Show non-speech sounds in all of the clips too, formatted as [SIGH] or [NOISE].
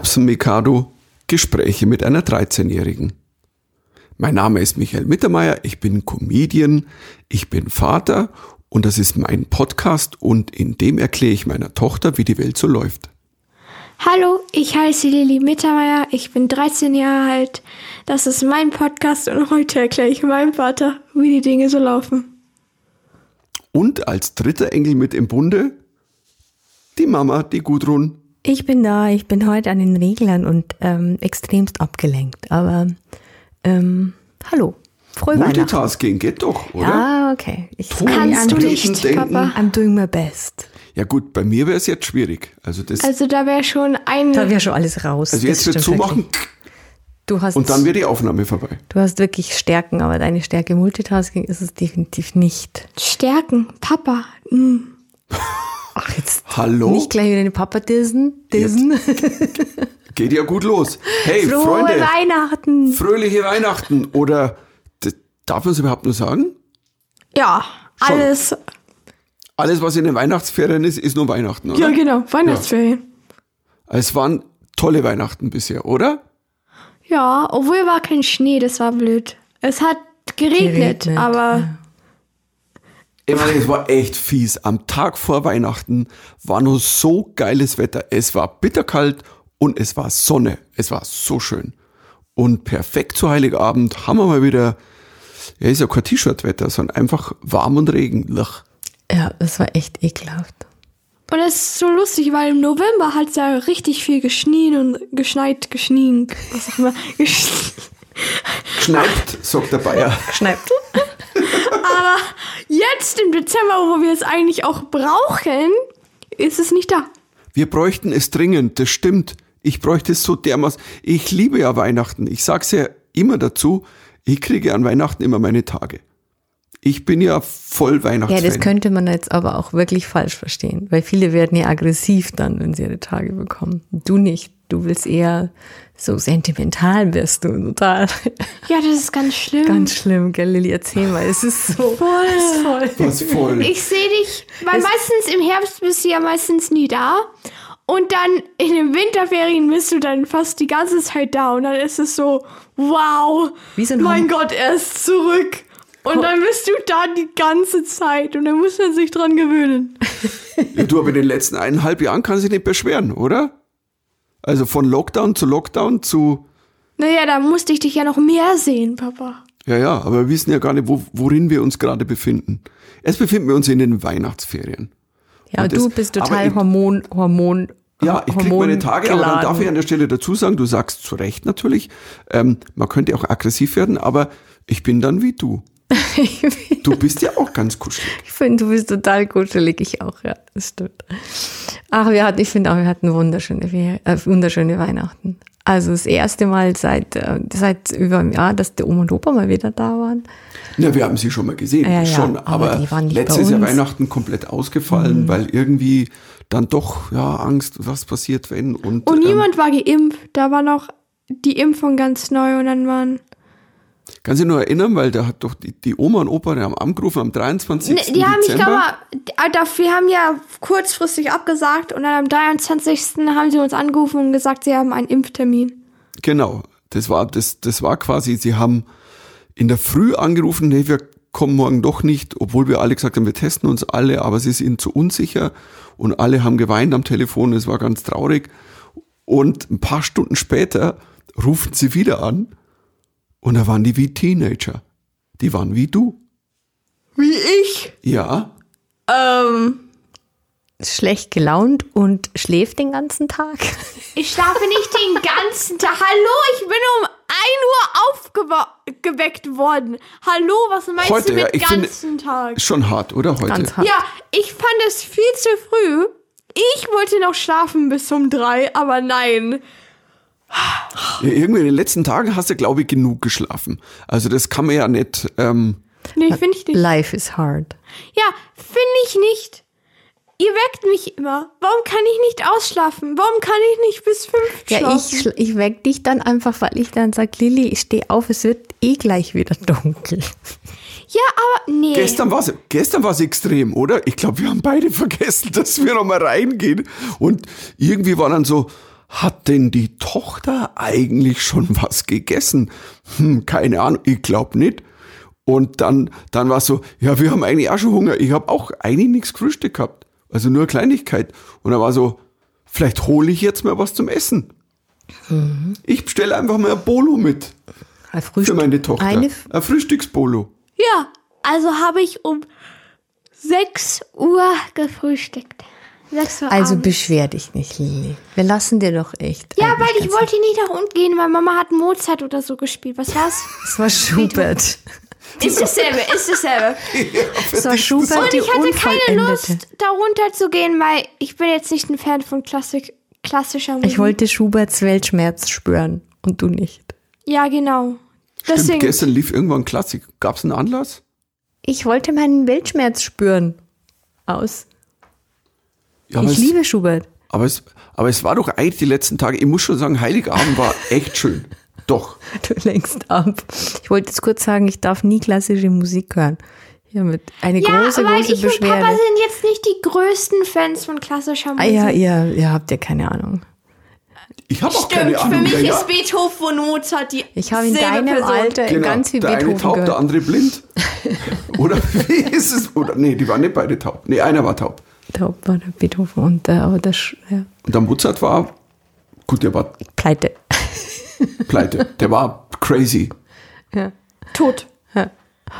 Synapsen-Mikado Gespräche mit einer 13-Jährigen. Mein Name ist Michael Mittermeier, ich bin Comedian, ich bin Vater und das ist mein Podcast und in dem erkläre ich meiner Tochter, wie die Welt so läuft. Hallo, ich heiße Lili Mittermeier, ich bin 13 Jahre alt. Das ist mein Podcast und heute erkläre ich meinem Vater, wie die Dinge so laufen. Und als dritter Engel mit im Bunde die Mama, die Gudrun. Ich bin da, ich bin heute an den Reglern und ähm, extremst abgelenkt. Aber ähm, hallo, frohe Weihnachten. Multitasking geht doch, oder? Ja, okay. Ich Ton- Kannst du Dritten nicht, denken. Papa? I'm doing my best. Ja gut, bei mir wäre es jetzt schwierig. Also das Also da wäre schon Da ein... wäre schon alles raus. also jetzt Das wird stimmt zumachen wirklich. Du hast, und dann wäre die Aufnahme vorbei. du hast wirklich Stärken, aber deine Stärke Multitasking ist es definitiv nicht. Stärken, Papa. Hm. Ach, jetzt Hallo? nicht gleich wieder den Papa dissen. dissen. Geht ja gut los. Hey, Frohe Freunde, Weihnachten. fröhliche Weihnachten oder d- darf man es überhaupt nur sagen? Ja, Schon. alles. Alles, was in den Weihnachtsferien ist, ist nur Weihnachten, oder? Ja, genau, Weihnachtsferien. Es waren tolle Weihnachten bisher, oder? Ja, obwohl war kein Schnee, das war blöd. Es hat geregnet, Geregnet, aber... Ich meine, es war echt fies. Am Tag vor Weihnachten war nur so geiles Wetter. Es war bitterkalt und es war Sonne. Es war so schön. Und perfekt zu Heiligabend haben wir mal wieder, ja, ist ja kein T-Shirt-Wetter, sondern einfach warm und Regen. Lach. Ja, das war echt ekelhaft. Und es ist so lustig, weil im November hat es ja richtig viel geschnien und geschneit, geschnien, was auch immer. [LAUGHS] gesch- Schneibt, sagt der Bayer. Schneibt. Aber jetzt im Dezember, wo wir es eigentlich auch brauchen, ist es nicht da. Wir bräuchten es dringend, das stimmt. Ich bräuchte es so dermaßen. Ich liebe ja Weihnachten. Ich sag's ja immer dazu, ich kriege an Weihnachten immer meine Tage. Ich bin ja voll Ja, Weihnachtsfan. das könnte man jetzt aber auch wirklich falsch verstehen, weil viele werden ja aggressiv dann, wenn sie ihre Tage bekommen. Du nicht. Du willst eher so sentimental bist du [LAUGHS] total. Ja, das ist ganz schlimm. Ganz schlimm, gell, Lilly, erzähl mal. Es ist [LAUGHS] so voll. voll. Was voll. Ich sehe dich, weil meistens im Herbst bist du ja meistens nie da. Und dann in den Winterferien bist du dann fast die ganze Zeit da. Und dann ist es so, wow, Wie so ein mein Hom- Gott, er ist zurück. Und dann bist du da die ganze Zeit. Und dann muss man sich dran gewöhnen. Ja, du, aber in den letzten eineinhalb Jahren kannst du dich nicht beschweren, oder? Also von Lockdown zu Lockdown zu. Naja, da musste ich dich ja noch mehr sehen, Papa. Ja, ja, aber wir wissen ja gar nicht, wo, worin wir uns gerade befinden. Erst befinden wir uns in den Weihnachtsferien. Ja, Und und du das- bist aber total ich- Hormon, Hormon. Ja, ich krieg meine Tage, aber dann darf ich hormongeladen. an der Stelle dazu sagen, du sagst zu Recht natürlich, ähm, man könnte auch aggressiv werden, aber ich bin dann wie du. [LAUGHS] Du bist ja auch ganz kuschelig. Ich finde, du bist total kuschelig, ich auch, ja, das stimmt. Ach, wir hatten, ich finde auch, wir hatten wunderschöne, Fer- äh, wunderschöne Weihnachten. Also das erste Mal seit, äh, seit über einem Jahr, dass der Oma und Opa mal wieder da waren. Na, wir haben sie schon mal gesehen, Ja, ja, schon, aber aber, die waren nicht bei letztes Jahr uns. Mhm. Weihnachten komplett ausgefallen, weil irgendwie dann doch ja Angst, was passiert wenn und, Und ähm, niemand war geimpft. Da war noch die Impfung ganz neu. Und dann waren. Kannst du dich nur erinnern, weil da hat doch die, die Oma und Opa, die haben angerufen am 23. Ne, die haben, ich glaube, Dezember. äh, da- wir haben ja kurzfristig abgesagt und dann am 23. haben sie uns angerufen und gesagt, sie haben einen Impftermin. Genau. Das war, das, das war quasi, sie haben in der Früh angerufen, nee, wir kommen morgen doch nicht, obwohl wir alle gesagt haben, wir testen uns alle, aber es ist ihnen zu unsicher und alle haben geweint am Telefon, es war ganz traurig. Und ein paar Stunden später rufen sie wieder an und da waren die wie Teenager. Die waren wie du. Wie ich? Ja. Ähm. Schlecht gelaunt und schläft den ganzen Tag. Ich schlafe nicht den ganzen Tag. Hallo, ich bin um 1 Uhr aufgeweckt worden. Hallo, was meinst Heute, du mit ja, ich finde- ganzen Tag? Ist Schon hart, oder? Heute. Ganz hart. Ja, ich fand es viel zu früh. Ich wollte noch schlafen bis um 3, aber nein. Ja, irgendwie in den letzten Tagen hast du, glaube ich, genug geschlafen. Also das kann man ja nicht. Ähm, Nee, finde ich nicht. Life is hard. Ja, finde ich nicht. Ihr weckt mich immer. Warum kann ich nicht ausschlafen? Warum kann ich nicht bis fünf Ja, ich, schlafen? schla- ich weck dich dann einfach, weil ich dann sag, Lilly, ich stehe auf, es wird eh gleich wieder dunkel. ja, aber nee. Gestern war es gestern war's extrem, [LAUGHS] oder? Ich glaube, wir haben beide vergessen, dass wir nochmal reingehen. Und irgendwie war dann so, hat denn die Tochter eigentlich schon was gegessen? Hm, keine Ahnung, ich glaube nicht. Und dann, dann war es so, ja, wir haben eigentlich auch schon Hunger. Ich habe auch eigentlich nichts Frühstück gehabt. Also nur Kleinigkeit. Und dann war so, vielleicht hole ich jetzt mal was zum Essen. Ich bestelle einfach mal ein Bolo mit Ein für Mhm. Frühstück. meine Tochter. Eine, ein Frühstücksbolo. Ja, also habe ich um 6 Uhr gefrühstückt. 6 Uhr also abends. beschwer dich nicht, Lili. Wir lassen dir doch echt. Ja, eigentlich weil ich ganz- wollte nicht nach unten gehen, weil Mama hat Mozart oder so gespielt. Was war's? Es war Schubert. ist dasselbe, ist dasselbe. Es war [LAUGHS] Schubert, Und die ich hatte keine Unvollendete. Lust, da runter zu gehen, weil ich bin jetzt nicht ein Fan von Klassik, klassischer Musik. Ich wollte Schuberts Weltschmerz spüren und du nicht. ja, genau. Stimmt, Deswegen, gestern lief irgendwann Klassik. Gab es einen Anlass? Ich wollte meinen Weltschmerz spüren. Aus. Ja, aber Ich es- liebe Schubert. [LAUGHS] Aber es, aber es war doch eigentlich die letzten Tage, ich muss schon sagen, Heiligabend [LAUGHS] war echt schön. Doch. Du lenkst ab. Ich wollte jetzt kurz sagen, ich darf nie klassische Musik hören. Hiermit eine ja, große, weil große ich und Papa Beschwerde. sind jetzt nicht die größten Fans von klassischer Ah, Musik. ja, ihr, ihr habt ja keine Ahnung. Ich habe auch keine Ahnung. ja, ja. Beethoven und Mozart die Ich habe in deinem Alter Genau, ganz viel der eine Beethoven taub, der gehört. andere [LAUGHS] blind. Oder wie ist es? Oder nee, die waren nicht beide taub. Nee, einer war taub. Taub war der Beethoven und der, aber der Sch ja. Und der Mozart war, gut, der war Pleite. pleite. Der war crazy. Ja. Tot.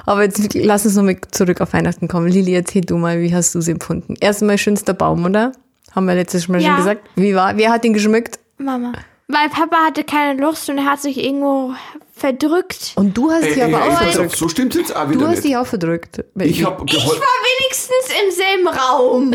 Aber jetzt lass uns nochmal zurück auf Weihnachten kommen. Lili, erzähl du mal, wie hast du es empfunden? Erstmal schönster Baum, oder? Haben wir letztes Mal Ja. schon gesagt. Wie war? Wer hat ihn geschmückt? Mama. Weil Papa hatte keine Lust und er hat sich irgendwo verdrückt. Und du hast Äh, dich aber auch pass auf, verdrückt. so stimmt jetzt auch Du wieder hast nicht. dich auch verdrückt. Ich habe geholfen. wenigstens im selben [LAUGHS] Raum.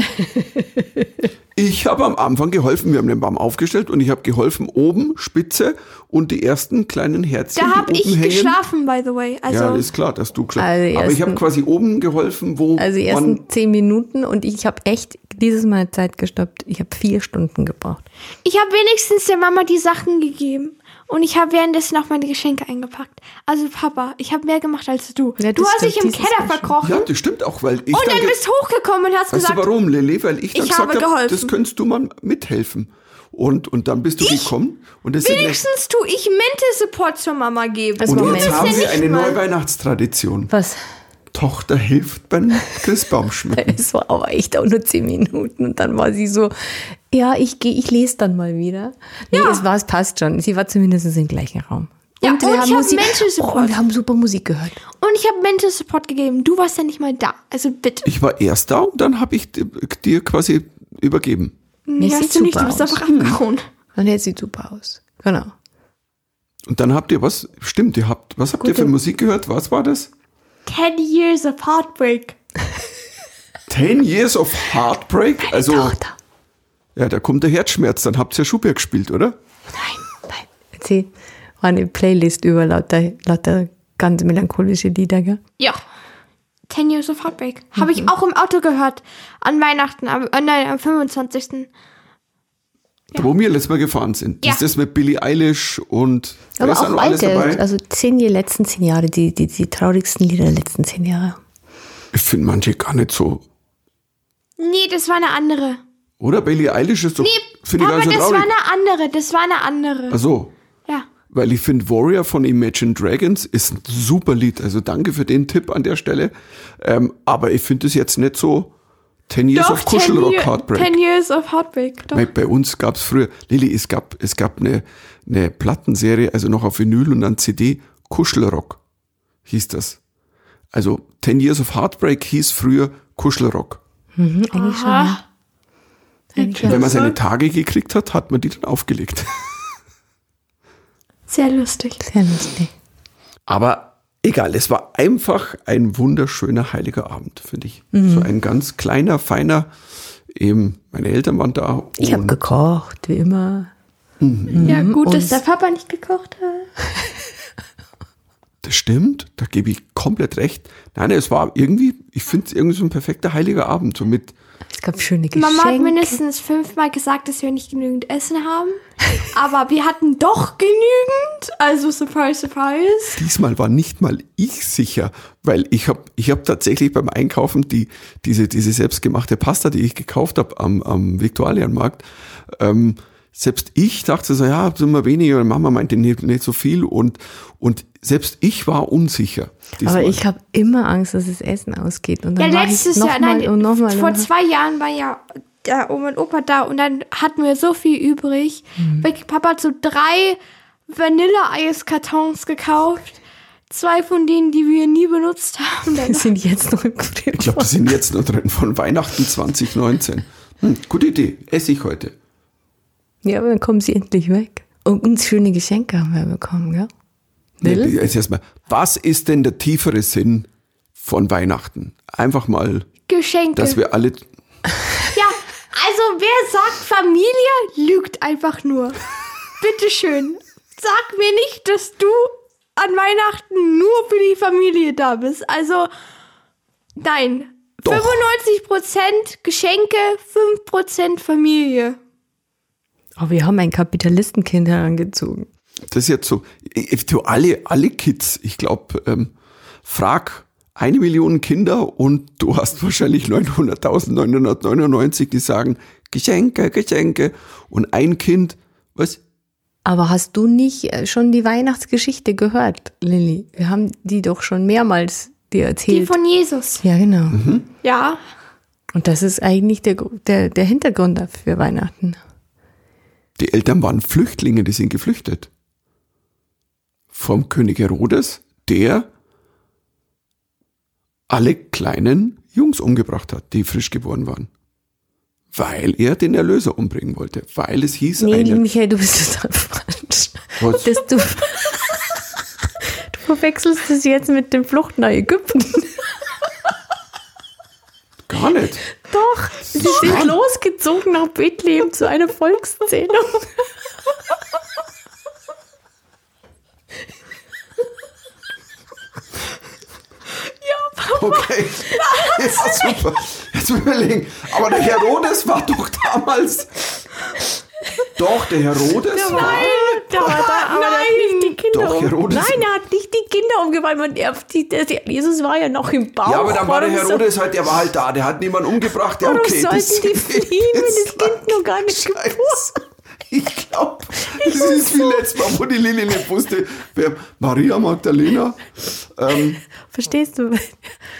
Ich habe am Anfang geholfen. Wir haben den Baum aufgestellt und ich habe geholfen, oben Spitze und die ersten kleinen Herzchen, Da die habe oben ich hängen. geschlafen, by the way. Also, Ja, ist klar, dass du geschlafen Also die Aber ich ersten- habe quasi oben geholfen, wo Also die man, ersten zehn Minuten und ich habe echt dieses Mal Zeit gestoppt. Ich habe vier Stunden gebraucht. ich habe wenigstens der Mama die Sachen gegeben. Und ich habe währenddessen auch meine Geschenke eingepackt. Also, Papa, ich habe mehr gemacht als du. Ja, das du hast stimmt, dich im dieses Keller Mal schon. verkrochen. Ja, das stimmt auch, weil ich Und dann dann ge- bist du hochgekommen und hast Weißt du gesagt, warum, Lilly? Weil ich dann Ich gesagt habe habe, geholfen. das könntest du mal mithelfen. Und, und dann bist du gekommen und das sind wenigstens tu ich Mintesupport zur Mama geben. Das und Moment. jetzt Das haben ist wir ja nicht eine mal- neue Weihnachtstradition. Was? [LAUGHS] Tochter hilft [LAUGHS] beim Christbaumschmücken. Es war aber echt auch nur zehn Minuten und dann war sie so, ja, ich gehe, ich lese dann mal wieder. Nee, Ja. es war, es passt schon. Sie war zumindest im gleichen Raum. Ja, und ich hab Musik- Menschen [LAUGHS] oh, support. und wir haben super Musik gehört. Und ich habe Mental-Support gegeben. Du warst ja nicht mal da. Also bitte. Ich war erst da und dann habe ich dir- dir quasi übergeben. Nee, sieht hast du nicht, super du bist aus. einfach abgehauen. Und jetzt sieht super aus. Genau. Und dann habt ihr was, stimmt, ihr habt, was habt ihr Gute- für Musik gehört? Was war das? Ten years of heartbreak. Ten Years of Heartbreak? Also, Tochter. ja, da kommt der Herzschmerz, dann habt ihr Schubert gespielt, oder? Nein, nein. Erzähl. War eine Playlist über lauter, lauter ganz melancholische Lieder, gell? Ja. Ten years of heartbreak. Habe ich auch im Auto gehört. An Weihnachten, am, äh, nein, am 25. Da, wo wir letztes Mal gefahren sind. Ja. Ist das mit Billie Eilish und da Aber ist auch noch alles alte, dabei? also zehn die letzten zehn Jahre, die, die, die traurigsten Lieder der letzten zehn Jahre. Ich finde manche gar nicht so. Nee, das war eine andere. Oder Billie Eilish ist doch. Nee, finde ich gar Papa, nicht das so war ne- traurig. eine andere. Das war eine andere. Also, Ja. weil ich finde Warrior von Imagine Dragons ist ein super Lied. Also danke für den Tipp an der Stelle. Ähm, aber ich finde es jetzt nicht so. Ten Years of Kuschelrock Year- Heartbreak. Ten years of heartbreak. Doch. Bei, bei uns gab es früher, Lilly, es gab, es gab eine, eine Plattenserie, also noch auf Vinyl und dann CD, Kuschelrock hieß das. Also Ten Years of Heartbreak hieß früher Kuschelrock. Eigentlich schon. Aha. ja. Eigentlich schon. Und wenn man seine Tage gekriegt hat, hat man die dann aufgelegt. [LAUGHS] Sehr lustig. Sehr lustig. Aber egal, es war einfach ein wunderschöner heiliger Abend, finde ich. So ein ganz kleiner, feiner, eben, meine Eltern waren da. Ich habe und- gekocht, wie immer. Ja, gut, dass und- der Papa nicht gekocht hat. Das stimmt, da gebe ich komplett recht. Nein, es war irgendwie, ich finde es irgendwie so ein perfekter heiliger Abend, so mit Es gab schöne Geschenke. Mama hat mindestens fünfmal gesagt, dass wir nicht genügend Essen haben. Aber wir hatten doch genügend. Also, surprise, surprise. Diesmal war nicht mal ich sicher, weil ich habe ich hab tatsächlich beim Einkaufen die, diese, diese selbstgemachte Pasta, die ich gekauft habe am, am Viktualienmarkt, ähm, selbst ich dachte so, ja, sind wir weniger, Mama meinte nicht, nicht so viel und, und selbst ich war unsicher. Aber ich habe immer Angst, dass das Essen ausgeht. Und Ja, dann mach ich's letztes noch Jahr, mal nein, und noch mal vor und noch- zwei Jahren war ja der Oma und Opa da und dann hatten wir so viel übrig. Mhm. Becky Papa hat so drei Vanilleeiskartons gekauft. Zwei von denen, die wir nie benutzt haben. [LAUGHS] Die sind jetzt noch im Gefrierfach. Ich glaube, die sind jetzt noch drin von Weihnachten 2019. Hm, gute Idee, esse ich heute. Ja, aber dann kommen sie endlich weg. Und uns schöne Geschenke haben wir bekommen, gell? Nee, Will? jetzt erstmal, was ist denn der tiefere Sinn von Weihnachten? Einfach mal, Geschenke. dass wir alle ja, also wer sagt Familie, lügt einfach nur. Bitteschön. Sag mir nicht, dass du an Weihnachten nur für die Familie da bist. Also, nein. Doch. 95% Geschenke, 5% Familie. Aber Oh, wir haben ein Kapitalistenkind herangezogen. Das ist jetzt so, ich- du alle, alle Kids, ich glaube, ähm, frag eine Million Kinder und du hast [LAUGHS] wahrscheinlich 900.999, die sagen Geschenke, Geschenke und ein Kind, was? Aber hast du nicht äh, schon die Weihnachtsgeschichte gehört, Lilly? Wir haben die doch schon mehrmals dir Die erzählt. von Jesus. ja, genau. Ja. Und das ist eigentlich der, Gru- der, der Hintergrund für Weihnachten. Die Eltern waren Flüchtlinge, die sind geflüchtet. Vom König Herodes, der alle kleinen Jungs umgebracht hat, die frisch geboren waren. Weil er den Erlöser umbringen wollte. Weil es hieß, Nee, eine Michael, du bist total falsch. Was? Das du, [LAUGHS] du verwechselst es jetzt mit dem Flucht nach Ägypten. Gar nicht. Doch, sie sind losgezogen nach Bethlehem zu einer Volkszählung. Okay. [LAUGHS] Ja, super. Jetzt mal überlegen. Aber der Herodes war doch damals. Doch, der Herodes war. Da war da, aber der hat nicht die Kinder Doch, um- Herodes- Nein, er hat nicht die Kinder umgebracht. Man, er, die, der, der Jesus war ja noch im Bauch. Ja, aber dann war der Warum so- Herodes halt, der war halt da, der hat niemanden umgebracht. Ja, Warum okay, sollten das- die fliehen, wenn das Kind noch gar nicht Scheiße. geboren Ich glaube, das ist wie letztes Mal, wo die Lilly nicht wusste, wer Maria Magdalena. Ähm, Verstehst du?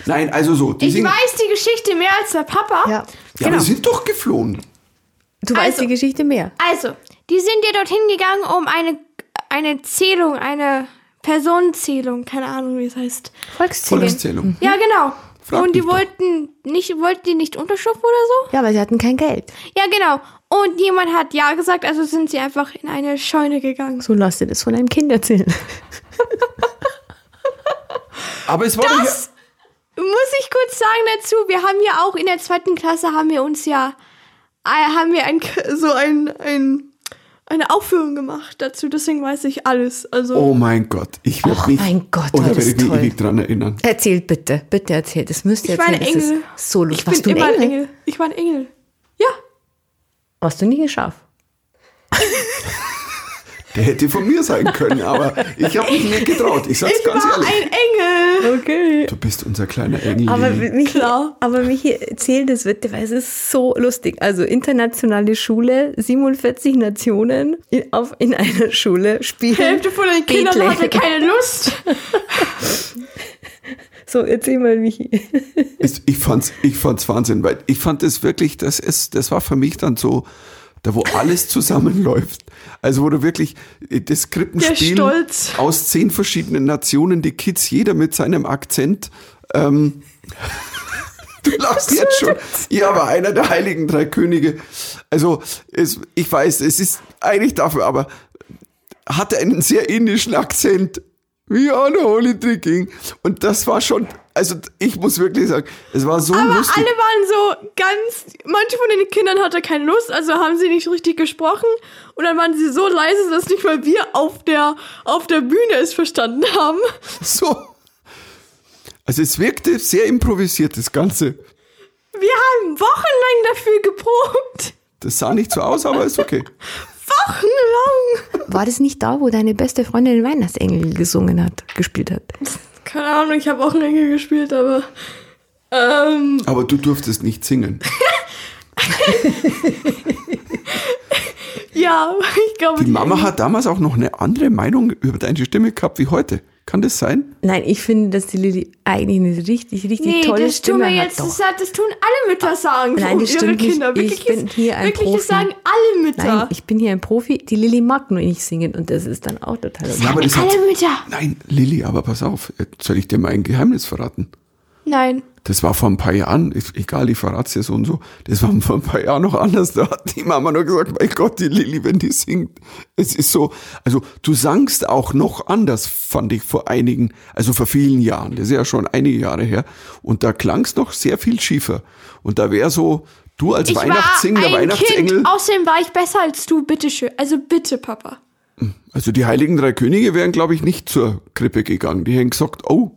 nein, also so. Die Ich sind, weiß die Geschichte mehr als der Papa. Ja, ja, Genau. wir sind doch geflohen. Du weißt Also- die Geschichte mehr. Also, die sind ja dorthin gegangen, um eine, eine Zählung, eine Personenzählung, keine Ahnung, wie es heißt. Volkszählung. Volkszählung. Ja, genau. Frag und die mich doch. wollten nicht, wollten die nicht unterschlupfen oder Ja, aber sie hatten kein Geld. so? Ja, genau. Und jemand hat ja gesagt, also sind sie einfach in eine Scheune gegangen. So lass dir das von einem Kind erzählen. Aber es war doch Das muss ich kurz sagen dazu. Wir haben ja auch in der zweiten Klasse haben wir uns ja äh, haben wir ein, [LAUGHS] so ein, ein, eine Aufführung gemacht dazu. Deswegen weiß ich alles. Also Oh mein Gott, ich Ach, werde mich. Oh mein Gott, oder war das werde ich mich toll. ewig dran erinnern. Erzählt bitte, bitte erzählt. Das müsst ihr ich war ein erzählen. Das Engel. ist so lustig. ich Warst Oh, du bin ein immer Engel? ein Engel. Ich war ein Engel. Ja. Warst du nie geschafft? Der hätte von mir sein können, aber ich habe mich nicht getraut. Ich sag's Ich ganz war ehrlich. ein Engel. Okay. Du bist unser kleiner Engel. Aber Lilly. Michi, Klar. aber Michi, erzähl das bitte, weil es ist so lustig. Also internationale Schule, 47 Nationen in, auf, in einer Schule spielen. Die Hälfte von den Kindern Bethlehem. hatte keine Lust. So, erzähl mal, Michi. Ist- ich fand's, ich fand's Wahnsinn, weil ich fand es wirklich, das ist, das war für mich dann so, da wo alles zusammenläuft. Also wo du wirklich äh, das Krippenspiel Stolz. aus zehn verschiedenen Nationen, die Kids, jeder mit seinem Akzent. Ähm, du lachst jetzt schon. Ja, aber einer der heiligen drei Könige. Also es, ich weiß, es ist eigentlich dafür, aber hatte einen sehr indischen Akzent. We are the holy drinking. Und das war schon, also ich muss wirklich sagen, es war so Aber lustig. alle waren so ganz. Manche von den Kindern hatte keine Lust, also haben sie nicht richtig gesprochen. Und dann waren sie so leise, dass nicht mal wir auf der, auf der Bühne es verstanden haben. [LAUGHS] So. Also es wirkte sehr improvisiert, das Ganze. Wir haben wochenlang dafür geprobt. Das sah nicht so aus, aber ist okay. Wochenlang. War das nicht da, wo deine beste Freundin den Weihnachtsengel gesungen hat, gespielt hat? Keine Ahnung, ich habe Wochenende gespielt, aber. Ähm, Aber du durftest nicht singen. Ja, [LAUGHS] ich glaube. Die Mama hat damals auch noch eine andere Meinung über deine Stimme gehabt wie heute. Kann das sein? Nein, ich finde, dass die Lilly eigentlich eine richtig, richtig Nee, tolle das tun Stimme wir hat. jetzt, doch. das, hat- das tun alle Mütter sagen. Nein, um das ihre stimmt nicht. Kinder. Wirklich, Ich bin hier ein wirklich Profi. das sagen alle Mütter. Nein, ich bin hier ein Profi. Die Lilly mag nur nicht singen und das ist dann auch total okay. aber das alle Mütter. Nein, Lilly, aber pass auf. Jetzt soll ich dir mal ein Geheimnis verraten? Nein. Das war vor ein paar Jahren, ist egal, ich verrate es dir so und so, das war vor ein paar Jahren noch anders. Da hat die Mama nur gesagt, mein Gott, die Lilly, wenn die singt. Es ist so, also du sangst auch noch anders, fand ich vor einigen, also vor vielen Jahren, das ist ja schon einige Jahre her. Und da klangst noch sehr viel schiefer. Und da wäre so, du als Ich Weihnachtssingender, war ein Weihnachtsengel, Kind. Außerdem war ich besser als du, bitteschön. Also bitte, Papa. also die heiligen drei Könige wären, glaube ich, nicht zur Krippe gegangen. Die hätten gesagt, oh,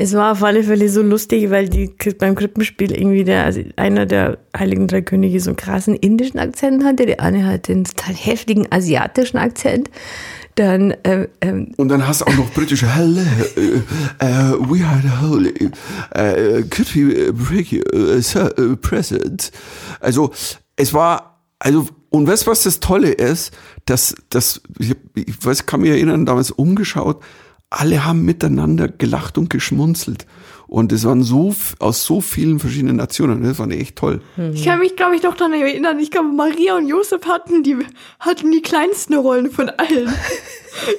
Es war auf alle Fälle so lustig, weil die Kri- beim Krippenspiel irgendwie der, also einer der Heiligen Drei Könige so einen krassen indischen Akzent hatte, der eine hatte einen total heftigen asiatischen Akzent. Dann ähm, ähm, Und dann hast du auch noch britische Hello, äh, äh, we had a holy, äh, could we break you, äh, sir, äh, present? Also es war, also und weißt du, was das Tolle ist? Dass, dass ich, ich weiß, kann mich erinnern, damals umgeschaut, alle haben miteinander gelacht und geschmunzelt. Und es waren so f- aus so vielen verschiedenen Nationen, das war echt toll. Ich kann mich, glaube ich, noch daran erinnern. Ich glaube, Maria und Josef hatten die, hatten die kleinsten Rollen von allen. [LAUGHS]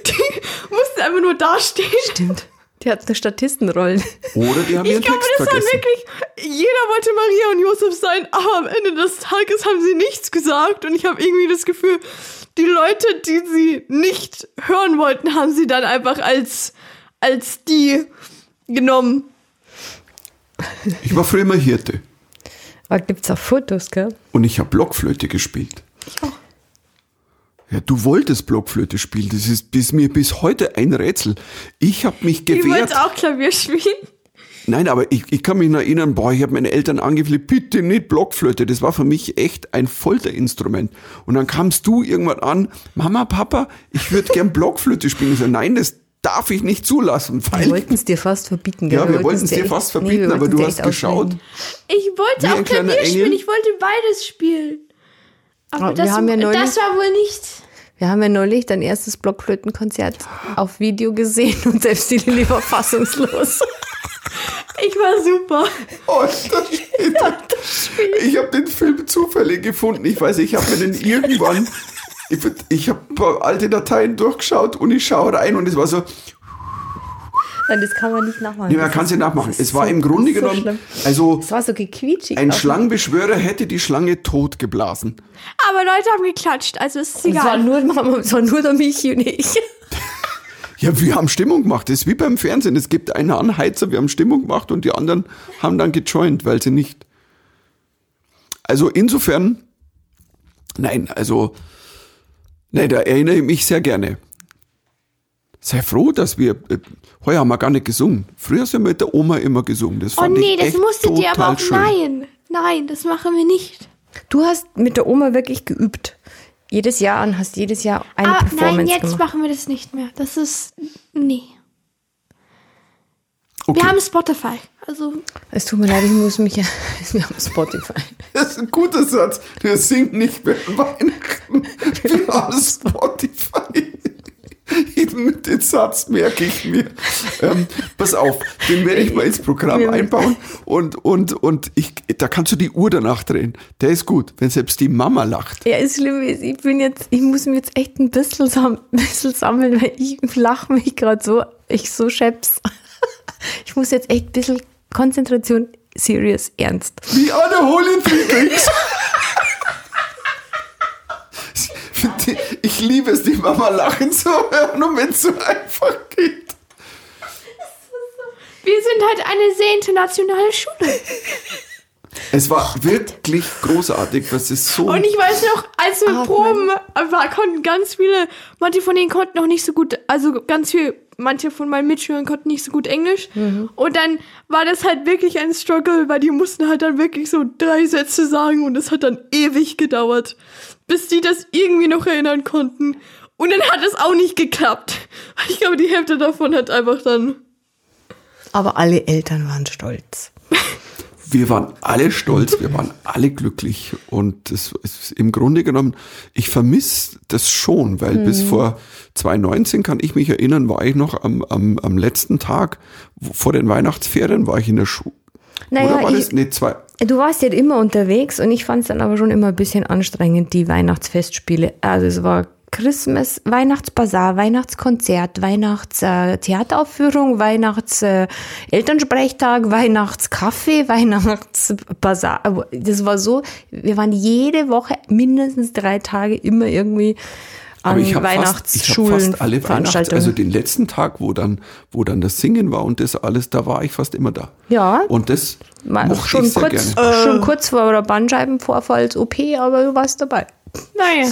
die mussten einfach nur dastehen. Stimmt. Die hat eine Statistenrolle. Oder die haben ihren Ich glaube, Text das vergessen. waren wirklich. Jeder wollte Maria und Josef sein, aber am Ende des Tages haben sie nichts gesagt und ich habe irgendwie das Gefühl, die Leute, die sie nicht hören wollten, haben sie dann einfach als, als die genommen. Ich war früher immer Hirte Da gibt es auch Fotos, gell? und ich habe Blockflöte gespielt. Ich auch. Ja, du wolltest Blockflöte spielen. Das ist bis mir bis heute ein Rätsel. Ich habe mich Die gewehrt. wollten auch Klavier spielen. Nein, aber ich, ich kann mich noch erinnern, boah, ich habe meine Eltern angefleht, bitte nicht Blockflöte. Das war für mich echt ein Folterinstrument. Und dann kamst du irgendwann an, Mama, Papa, ich würde gern Blockflöte spielen. Ich so, nein, das darf ich nicht zulassen, Wir weil wollten es dir fast verbieten, gell? ja, wir wollten es dir echt- fast nee, wir verbieten, aber wollten du es dir hast echt geschaut. ausschneiden. Ich wollte Wie ein auch kleiner Klavier spielen, Engel? Ah, ich wollte beides spielen. Aber Aber wir das, haben ja neulich- das war wohl nicht. Wir haben ja neulich dein erstes Blockflötenkonzert auf Video gesehen und selbst die Lilly war fassungslos. Ich war super. Oh, [LAUGHS] das steht da. Ich habe den Film zufällig gefunden. Ich weiß, ich habe mir den irgendwann. Ich, ich habe alte Dateien durchgeschaut und ich schaue rein und es war so. Nein, das kann man nicht nachmachen. Nee, man Das kann ist- sie nachmachen. das ist Es war so- im Grunde das ist so genommen. schlimm. also, Es war so gequietschig. ein auch. Schlangenbeschwörer hätte die Schlange tot geblasen. Aber Leute haben geklatscht, also es ist Es war egal. nur, Mama, es war nur der Michi und ich. Ja, wir haben Stimmung gemacht. Das ist wie beim Fernsehen. Es gibt einen Anheizer, wir haben Stimmung gemacht und die anderen haben dann gejoint, weil sie nicht. Also insofern, nein, also, nein, da erinnere ich mich sehr gerne. Sei froh, dass wir, äh, heuer haben wir gar nicht gesungen. Früher sind wir mit der Oma immer gesungen. Das Oh fand nee, ich das echt musstet ihr total aber auch. schön. Nein, nein, das machen wir nicht. Du hast mit der Oma wirklich geübt. Jedes Jahr und hast jedes Jahr eine aber Performance Ah, nein, jetzt gemacht. machen wir das nicht mehr. Das ist. Nee. Okay. Wir haben Spotify. Also, Es tut mir leid, ich muss mich ja. [LAUGHS] Wir haben Spotify. Das ist ein guter Satz. Wir singen nicht mehr an Weihnachten. Wir haben Spotify. Mit den Satz merke ich mir. Ähm, pass auf, den werde ich mal ins Programm einbauen und, und, und ich, da kannst du die Uhr danach drehen. Der ist gut, wenn selbst die Mama lacht. Ja, ist schlimm. ist, Ich bin jetzt, ich muss mich jetzt echt ein bisschen, sam [LAUGHS] bisschen sammeln, weil ich lache mich gerade so, ich so scheps. [LAUGHS] Ich muss jetzt echt ein bisschen Konzentration, serious, ernst. Wie ah, alle holen Feelings. Die- Ich liebe es, die Mama lachen zu hören, und wenn es so einfach geht. wir sind halt eine sehr internationale Schule. Es war wirklich großartig. Das ist so. Und ich weiß noch, als wir Atmen. Proben war, konnten ganz viele, manche von denen konnten noch nicht so gut, also ganz viel, manche von meinen Mitschülern konnten nicht so gut Englisch. Und dann war das halt wirklich ein Struggle, weil die mussten halt dann wirklich so drei Sätze sagen und es hat dann ewig gedauert, bis die das irgendwie noch erinnern konnten. Und dann hat es auch nicht geklappt. Ich glaube, die Hälfte davon hat einfach dann. Aber alle Eltern waren stolz. wir waren alle stolz, wir waren alle glücklich. Und das ist im Grunde genommen, ich vermisse das schon, weil bis Mhm. vor 2019 kann ich mich erinnern, war ich noch am, am, am letzten Tag wo- vor den Weihnachtsferien, war ich in der Schule. Naja, Oder war ich- das? Nee, zwei. Du warst ja immer unterwegs und ich fand es dann aber schon immer ein bisschen anstrengend, die Weihnachtsfestspiele. Also es war Christmas, Weihnachtsbazar, Weihnachtskonzert, äh, Weihnachtstheateraufführung, Weihnachts-Elternsprechtag, äh, [LAUGHS] Weihnachtskaffee, Weihnachtsbazar. Aber Das war so, wir waren jede Woche mindestens drei Tage immer irgendwie an Aber ich habe fast, ich hab Weihnachtsschulen, fast alle Weihnachts, Veranstaltungen. also den letzten Tag, wo dann, wo dann das Singen war und das alles, da war ich fast immer da. Ja. Und das Mal- mochte schon, ich sehr kurz, gerne. schon kurz vor der Bandscheibenvorfalls-OP, aber du warst dabei. Naja.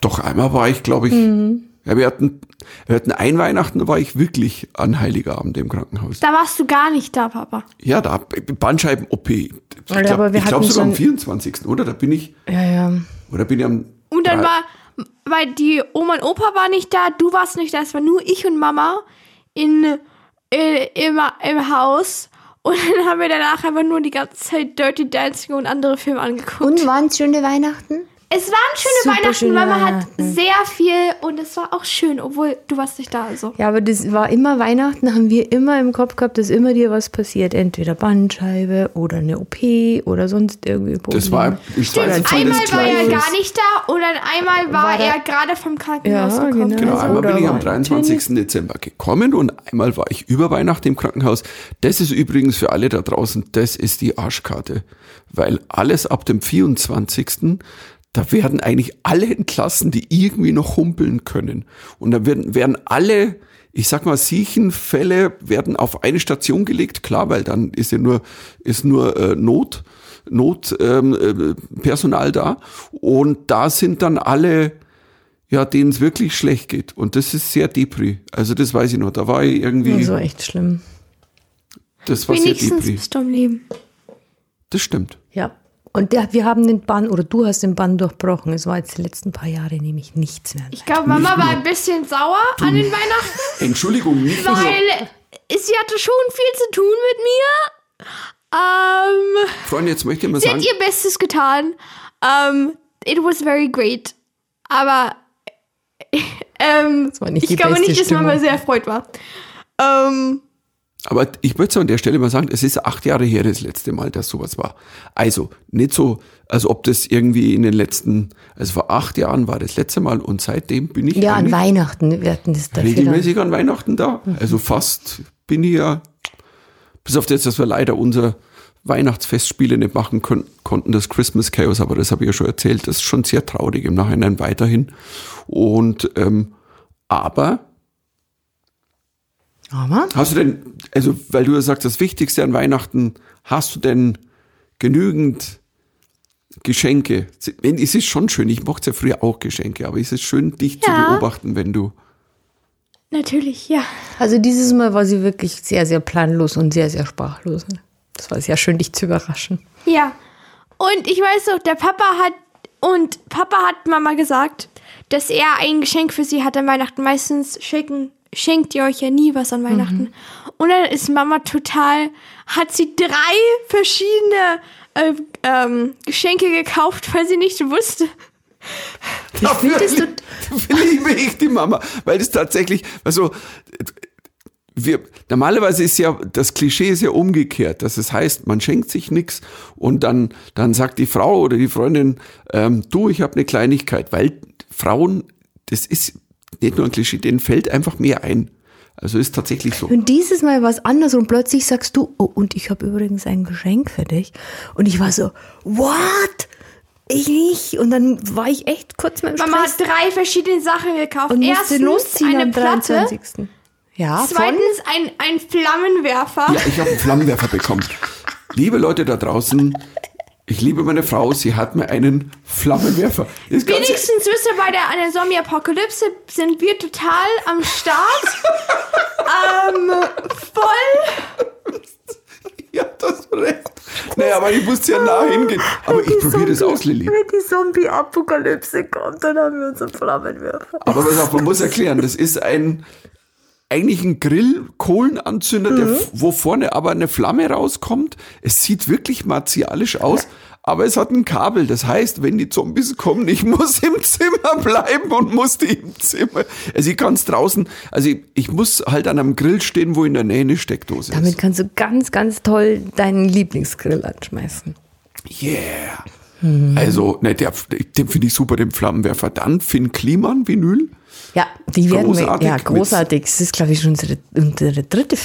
Doch einmal war ich, glaube ich, Mhm. ja, wir hatten, wir hatten ein Weihnachten, da war ich wirklich an Heiligabend im Krankenhaus. Da warst du gar nicht da, Papa. Ja, da Bandscheiben-OP. Ich Alter, glaube aber wir glaub hatten sogar am so ein- 24. oder? Da bin ich, Ja, ja. oder bin ich am. Und dann Äh. drei- war, weil die Oma und Opa waren nicht da, du warst nicht da, es war nur ich und Mama in, äh, im, im Haus. Und [LAUGHS] dann haben wir danach einfach nur die ganze Zeit Dirty Dancing und andere Filme angeguckt. Und waren es schöne Weihnachten? es waren schöne Super Weihnachten, schöne Mama hat Weihnachten. sehr viel und es war auch schön, obwohl du warst nicht da. Also. Ja, aber das war immer Weihnachten, haben wir immer im Kopf gehabt, dass immer dir was passiert. Entweder Bandscheibe oder eine OP oder sonst irgendwie Probleme. Das war im Zweifelsfall Einmal das war er Gleiche. gar nicht da und dann einmal war, War der- er gerade vom Krankenhaus Ja, gekommen. Genau, Also, einmal oder bin ich am war 23. Dezember gekommen und einmal war ich über Weihnachten im Krankenhaus. Das ist übrigens für alle da draußen, das ist die Arschkarte. Weil alles ab dem 24. Da werden eigentlich alle entlassen, die irgendwie noch humpeln können. Und da werden, werden alle, ich sag mal, Siechenfälle werden auf eine Station gelegt. Klar, weil dann ist ja nur, ist nur äh, Not, Notpersonal ähm, äh, Personal da. Und da sind dann alle ja, denen es wirklich schlecht geht. Und das ist sehr Depri. Also das weiß ich noch. Da war ich irgendwie, Das war echt schlimm. das war sehr Also, Wenigstens Depri. bist du am Leben. Das stimmt. Ja. Und der, wir haben den Bann, oder du hast den Bann durchbrochen. Es war jetzt die letzten paar Jahre nämlich nichts mehr. Ich glaube, Mama war ein bisschen sauer an den Weihnachten. Entschuldigung, nicht nur Weil sie hatte schon viel zu tun mit mir. Ähm, Freunde, jetzt möchte ich mal sie hat sagen, ihr Bestes getan. Ähm, it was very great. Aber [LAUGHS] ähm, war nicht die ich glaube beste nicht, dass Mama Stimmung. sehr erfreut war. Ähm, aber ich möchte an der Stelle mal sagen, es ist acht Jahre her das letzte Mal, dass sowas war. Also nicht so, als ob das irgendwie in den letzten, also vor acht Jahren war das letzte Mal und seitdem bin ich Ja, an eigentlich Weihnachten. Wir hatten das dafür. Dann. Mhm. regelmäßig an Weihnachten da. Also fast bin ich ja, bis auf das, dass wir leider unser Weihnachtsfestspiele nicht machen können, konnten, das Christmas Chaos, aber das habe ich ja schon erzählt, das ist schon sehr traurig im Nachhinein weiterhin. Und ähm, aber Aber hast du denn, also weil du ja sagst, das Wichtigste an Weihnachten, hast du denn genügend Geschenke? Wenn- Es ist schon schön, ich mochte ja früher auch Geschenke, aber es ist schön, dich zu Ja. beobachten, wenn du natürlich, ja. also dieses Mal war sie wirklich sehr, sehr planlos und sehr, sehr sprachlos. Das war sehr schön, dich zu überraschen. Ja. Und ich weiß noch, der Papa hat und Papa hat Mama gesagt, dass er ein Geschenk für sie hat an Weihnachten. Meistens schicken, schenkt ihr euch ja nie was an Weihnachten. Mhm. Und dann ist Mama total, hat sie drei verschiedene äh, ähm, Geschenke gekauft, weil sie nicht wusste. Dafür findest du- [LAUGHS] liebe ich die Mama, weil das tatsächlich, also wir, normalerweise ist ja, das Klischee ist ja umgekehrt, dass es heißt, man schenkt sich nichts und dann, dann sagt die Frau oder die Freundin, ähm, du, ich habe eine Kleinigkeit, weil Frauen, das ist nicht nur ein Klischee, denen fällt einfach mehr ein. Also ist tatsächlich so. Und dieses Mal war es anders und plötzlich sagst du, oh, und ich habe übrigens ein Geschenk für dich. Und ich war so, what? Ich nicht. Und dann war ich echt kurz mit dem Mama hat Stress drei verschiedene Sachen gekauft. und musste Erstens losziehen eine am Platte, 23. Ja, von? zweitens ein, ein Flammenwerfer. [LAUGHS] Ja, ich habe einen Flammenwerfer bekommen. Liebe Leute da draußen, ich liebe meine Frau, sie hat mir einen Flammenwerfer. Das Ganze- Wenigstens wisst ihr, bei der, an der Zombie-Apokalypse sind wir total am Start. ähm, voll. [LAUGHS] Ja, das ist recht. Naja, aber ich muss ja nah hingehen. Aber ich probiere das aus, Lilly. Wenn die Zombie-Apokalypse kommt, dann haben wir unseren Flammenwerfer. Aber pass auf, man muss erklären, das ist ein, eigentlich einen Grillkohlenanzünder, der, f- wo vorne aber eine Flamme rauskommt. Es sieht wirklich martialisch aus, aber es hat ein Kabel. Das heißt, wenn die Zombies kommen, ich [LAUGHS] muss im Zimmer bleiben und musste im Zimmer. Also ich kann draußen, also ich, ich muss halt an einem Grill stehen, wo in der Nähe eine Steckdose Damit kannst du ganz, ganz toll deinen Lieblingsgrill anschmeißen. ist. Yeah. Also, ne, der, den finde ich super, den Flammenwerfer. Dann Finn Kliman Vinyl. Ja, die werden Großartig wir, ja mit- großartig. Das ist, glaube ich, schon unsere, unsere dritte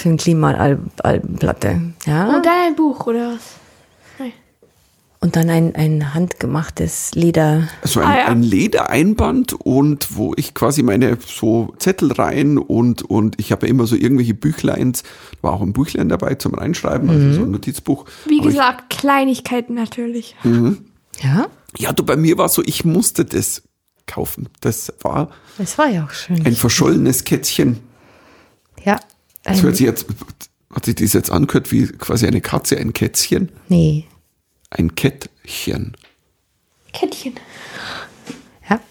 Filmklima-Platte. Ja. Und dann ein Buch, oder was? Und dann ein, ein handgemachtes Leder. Also ein, Ah, ja. ein Ledereinband und wo ich quasi meine so Zettel rein und, und ich habe ja immer so irgendwelche Büchleins, war auch ein Büchlein dabei zum Reinschreiben, Mhm. also so ein Notizbuch. Wie Aber gesagt, Kleinigkeiten natürlich. Ja, Ich, ja, du, bei mir war so, ich musste das kaufen. Das war das war ja auch schön. ein verschollenes Kätzchen. ja. Das Ein, hört sich jetzt, hat sich das jetzt angehört wie quasi eine Katze, ein Kätzchen, nee. ein Kettchen. Kättchen. Ja.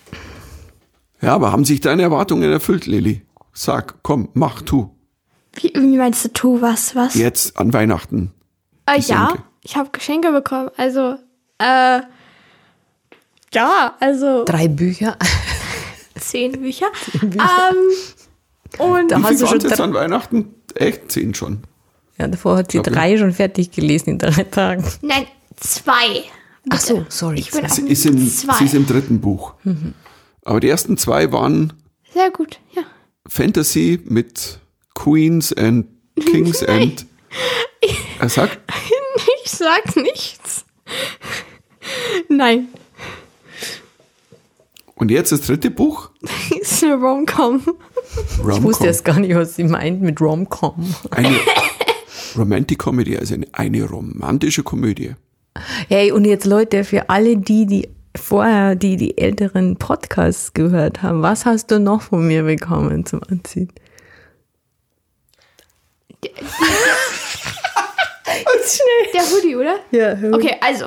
Ja, aber haben sich deine Erwartungen erfüllt, Lilly? Sag, komm, mach, tu. Wie, wie meinst du, tu was, was? Jetzt an Weihnachten. Äh, ja, Geschenke. ich habe Geschenke bekommen. Also, äh, ja, also Drei Bücher. [LAUGHS] zehn Bücher. ähm, und Wie hast viel du waren schon jetzt dr- an Weihnachten? Echt? Zehn schon. Ja, davor hat sie Glaub ich. drei schon fertig gelesen in drei Tagen. nein, zwei. Ach so, sorry. Ich bin zwei. Mhm. auch- Sie ist im, Zwei. sie ist im dritten Buch. Aber die ersten zwei waren Sehr gut, ja. Fantasy mit Queens and Kings and. Er sagt, [LAUGHS] Ich sag nichts. Nein, und jetzt das dritte Buch? ist eine Rom-Com. ich wusste jetzt gar nicht, was sie meint mit Rom-Com. Eine Romantic Comedy, also eine, eine romantische Komödie. Hey, und jetzt Leute, für alle die, die vorher die, die älteren Podcasts gehört haben, was hast du noch von mir bekommen zum [LAUGHS] Anziehen? Der Hoodie, oder? Ja, Okay, also.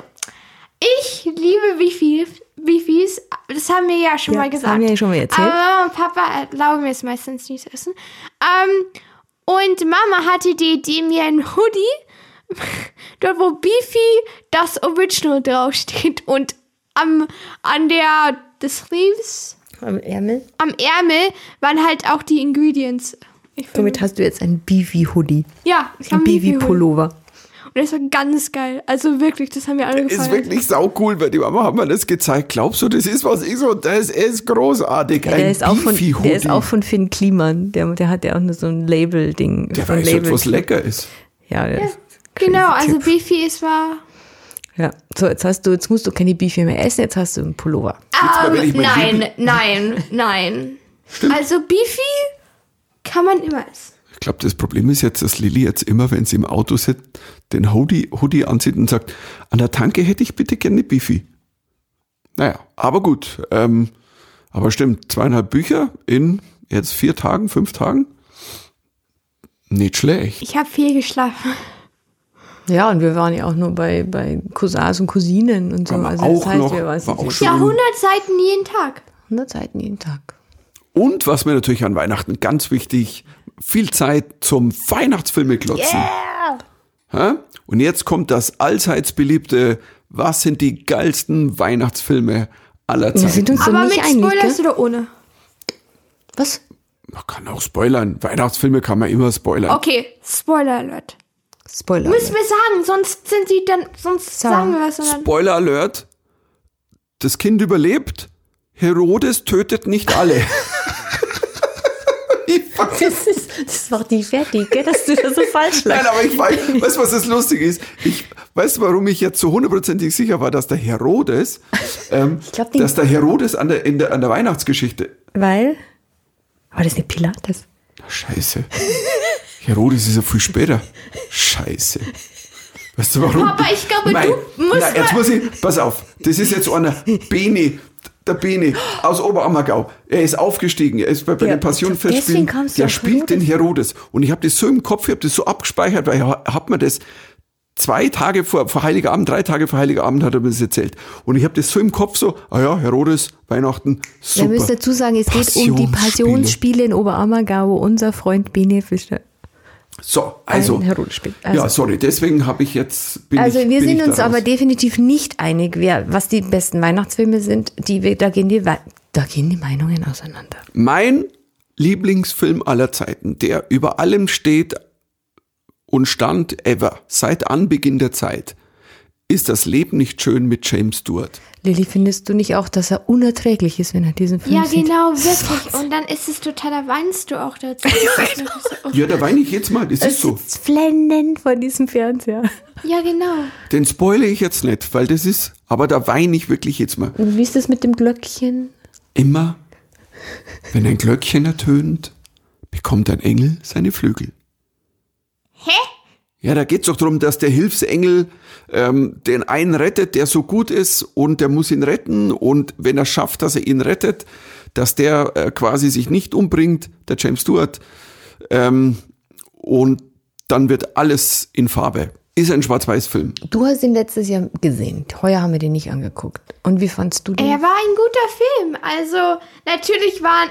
Ich liebe Wifis. Wifis. Das haben wir ja schon Ja, mal das gesagt. haben wir ja schon mal erzählt. Aber Mama und Papa erlauben mir es meistens nicht zu essen. Ähm, und Mama hatte die Idee, mir einen Hoodie, [LAUGHS] dort wo Beefy das Original draufsteht und am, an der des Sleeves, Am Ärmel. am Ärmel, waren halt auch die Ingredients. Ich find- Somit hast du jetzt ein Bivi-Hoodie. ja, ich Ein habe Und Bivi-Pullover. das war ganz geil. Also wirklich, das haben wir alle gefallen. Ist wirklich saucool, weil die Mama hat mir das gezeigt. Glaubst du, das ist was ich so? Das ist großartig. Ja, Ein der, ist auch von, Beefy-Hoodie. der ist auch von Finn Kliman. Der, der hat ja auch nur so ein Label-Ding. Der so ein weiß halt, was lecker ist. Ja, der ist crazy Genau, also Typ. Beefy ist war. Ja. So, jetzt hast du, jetzt musst du keine Bifi mehr essen, jetzt hast du einen Pullover. mal, wenn Ähm, ich mein nein, nein, nein. Also Beefy kann man immer essen. Ich glaube, das Problem ist jetzt, dass Lilly jetzt immer, wenn sie im Auto sitzt, den Hoodie, Hoodie anzieht und sagt, an der Tanke hätte ich bitte gerne Bifi. Naja, aber gut. Ähm, aber stimmt, zweieinhalb Bücher in jetzt vier Tagen, fünf Tagen? Nicht schlecht. Ich habe viel geschlafen. Ja, und wir waren ja auch nur bei, bei Cousins und Cousinen und so. War Also auch das heißt, noch- wir waren war auch jetzt schon- Ja, 100 Seiten jeden Tag. 100 Seiten jeden Tag. Und was mir natürlich an Weihnachten ganz wichtig, viel Zeit zum Weihnachtsfilme klotzen. Also Hä? Und jetzt kommt das allseits beliebte, was sind die geilsten Weihnachtsfilme aller Wir sind Zeiten? uns Aber doch mit nicht einig, Spoilers gell? oder ohne? Was? Man kann auch spoilern. Weihnachtsfilme kann man immer spoilern. Oh, Okay, Spoiler Alert. Spoiler. Müssen wir sagen, sonst sind sie dann, sonst So. sagen wir was und dann. Spoiler Alert. Das Kind überlebt. Herodes tötet nicht [LAUGHS] alle. ich fand- [LAUGHS] Das, ist, das war nicht fertig, gell, dass du das so falsch Nein, lagst. aber ich weiß, [LAUGHS] weißt du, was das Lustige ist? Ich weiß, warum ich jetzt so hundertprozentig sicher war, dass der Herodes, ähm, glaub, den- dass der Herodes an der, in der, an der Weihnachtsgeschichte. Weil? War das nicht Pilates? Scheiße. Herodes ist ja viel später. Scheiße. Weißt du warum? Papa, ich glaube, du musst Nein, jetzt mal- muss ich. Pass auf, das ist jetzt so einer Bene, der Bene aus Oberammergau. Er ist aufgestiegen, er ist bei, bei Ja, den Passion deswegen Festspielen. kamst du Der auf spielt den Herodes. Und ich habe das so im Kopf, ich habe das so abgespeichert, weil ich habe mir das zwei Tage vor, vor Heiligabend, drei Tage vor Heiligabend hat er mir das erzählt. Und ich habe das so im Kopf so, ah ja, Herodes, Weihnachten, Wir super. müssen dazu sagen, es geht um die Passionsspiele in Oberammergau. Unser Freund Bene Fischer. So, also, Ein Herodes-Spiel. Also. ja, sorry, deswegen habe ich jetzt, bin Also ich, wir bin sind ich uns da raus. aber definitiv nicht einig, wer, was die besten Weihnachtsfilme sind. Die, wir- da, gehen die, Wei- da gehen die Meinungen auseinander. Mein Lieblingsfilm aller Zeiten, der über allem steht und stand ever, seit Anbeginn der Zeit, ist Das Leben nicht schön mit James Stewart. Lilly, findest du nicht auch, dass er unerträglich ist, wenn er diesen Film Ja, sieht? genau, wirklich. Und dann ist es total, da weinst du auch dazu. [LAUGHS] Ja, genau. da weine ich jetzt mal, das ist so. Das Flenden von diesem Fernseher. ja, genau. Den spoile ich jetzt nicht, weil das ist, aber da weine ich wirklich jetzt mal. Und wie ist das mit dem Glöckchen? Immer, wenn ein Glöckchen ertönt, bekommt ein Engel seine Flügel. Hä? Ja, da geht's doch darum, dass der Hilfsengel ähm, den einen rettet, der so gut ist und der muss ihn retten. Und wenn er schafft, dass er ihn rettet, dass der äh, quasi sich nicht umbringt, der James Stewart. Ähm, und dann wird alles in Farbe. Ist ein Schwarz-Weiß-Film. Du hast ihn letztes Jahr gesehen. Heuer haben wir den nicht angeguckt. Und wie fandst du den? Er war ein guter Film. Also, natürlich waren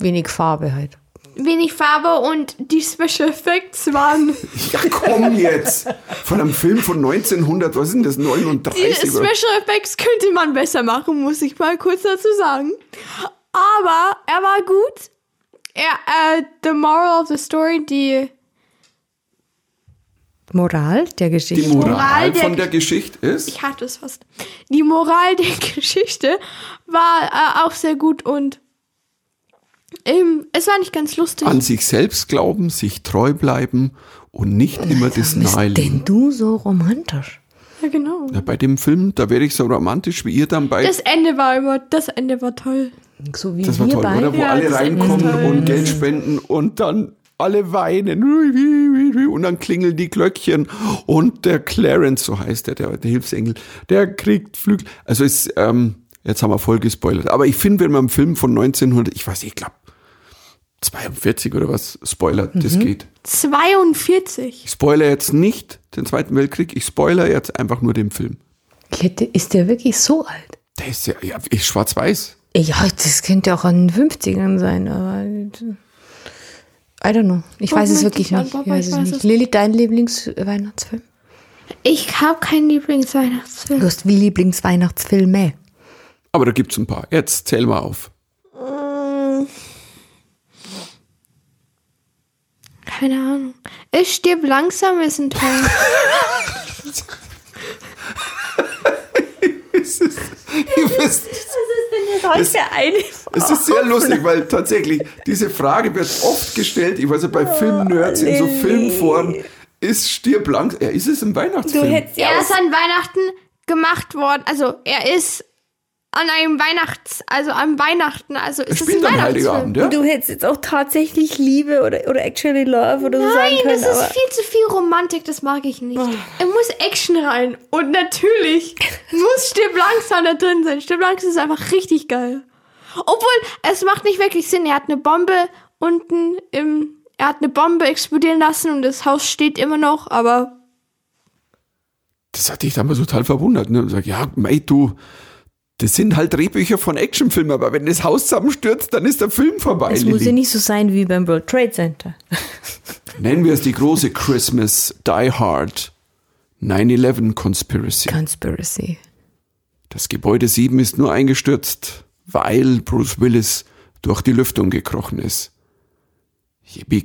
Wenig Farbe halt. wenig Farbe und die Special Effects waren. Ja, komm jetzt! Von einem Film von 1900, was ist denn das, Die 39? oder- Special Effects könnte man besser machen, muss ich mal kurz dazu sagen. Aber er war gut. Er, äh, the moral of the story, die Moral der Geschichte. Die Moral, Moral der von der Geschichte ist, ich hatte es fast. Die Moral [LAUGHS] der Geschichte war äh, auch sehr gut und ähm, es war nicht ganz lustig. an sich selbst glauben, sich treu bleiben und nicht immer das Bist Naheliegen. denn du so romantisch? ja, genau. Ja, bei dem Film, da wäre ich so romantisch wie ihr dann bei, Das Ende war immer, das Ende war toll. So wie das war wir toll, beide. oder? Wo Ja, alle das ist reinkommen toll. und Geld spenden und dann alle weinen und dann klingeln die Glöckchen und der Clarence, so heißt der, der, der Hilfsengel, der kriegt Flügel. Also ist, ähm, jetzt haben wir voll gespoilert. Aber ich finde, wenn man einen Film von 1900, ich weiß nicht, ich glaube 42 oder was, spoilert, Mhm. das geht. 42. Ich spoilere jetzt nicht den Zweiten Weltkrieg, ich spoilere jetzt einfach nur den Film. Ich hätte, ist der wirklich so alt? Der ist ja, ja ich schwarz-weiß. Ja, das könnte auch an den 50ern sein, aber. I don't know. Ich weiß es Moment, wirklich ich- nicht. Ich Papa, weiß ich es weiß nicht. es Lilly, dein Lieblingsweihnachtsfilm? Ich habe keinen Lieblingsweihnachtsfilm. Du hast wie Lieblingsweihnachtsfilme. Aber da gibt's ein paar. Jetzt zähl mal auf. Keine Ahnung. Ich stirb langsam ist [LAUGHS] ein Teil. Es Das ist ja eine es ist sehr lustig, weil tatsächlich diese Frage wird oft gestellt. Ich weiß ja, bei Filmnerds in so Lilly. Filmforen ist stirblang. Ja, ist es ein Oh, Du Weihnachtsfilm? hättest ja Er auch ist an Weihnachten gemacht worden. Also er ist an einem Weihnachts, also am Weihnachten. Also Er ist es spielt ein am Weihnachtsfilm. Heiligabend, ja? Du hättest jetzt auch tatsächlich Liebe oder, oder Actually Love oder so sagen Nein, können. das ist aber Ah. viel zu viel Romantik, das mag ich nicht. Er muss Action rein. Und [LAUGHS] natürlich muss Stirb langsam da drin sein. Stirb langsam ist einfach richtig geil. Obwohl, es macht nicht wirklich Sinn. Er hat eine Bombe unten im. Er hat eine Bombe explodieren lassen und das Haus steht immer noch, aber Das hatte ich damals total verwundert. Ne? Und sag, ja, mei, du, das sind halt Drehbücher von Actionfilmen, aber wenn das Haus zusammenstürzt, dann ist der Film vorbei. es muss Lilly. ja nicht so sein wie beim World Trade Center. Nennen wir es die große Christmas Die Hard 9-11 Conspiracy. Conspiracy. Das Gebäude 7 ist nur eingestürzt, weil Bruce Willis durch die Lüftung gekrochen ist. Yippie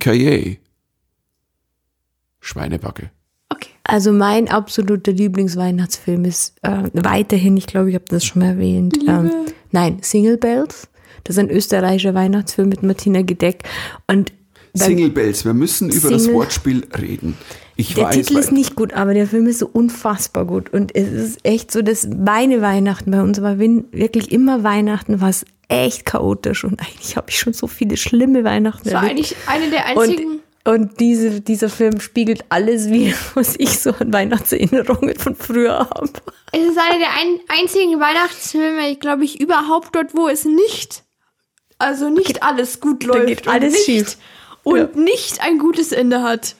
Schweinebacke. okay. Also mein absoluter Lieblingsweihnachtsfilm ist äh, weiterhin, ich glaube, ich habe das schon mal erwähnt. Ähm, nein, Single Bells. Das ist ein österreichischer Weihnachtsfilm mit Martina Gedeck. Und beim- Single Bells, wir müssen über das Single- Wortspiel reden. Ich Der weiß, Titel ist weil- nicht gut, aber der Film ist so unfassbar gut. Und es ist echt so, dass meine Weihnachten bei uns war win- wirklich immer Weihnachten, was echt chaotisch. Und eigentlich habe ich schon so viele schlimme Weihnachten Das war erlebt. eigentlich eine der Und, einzigen. und diese, dieser Film spiegelt alles wieder, [LAUGHS] was ich so an Weihnachtserinnerungen von früher habe. Es ist einer der ein, einzigen Weihnachtsfilme, glaube ich, überhaupt dort, wo es nicht, also nicht alles gut läuft. geht alles und nicht, schief. Und nicht ein gutes Ende hat.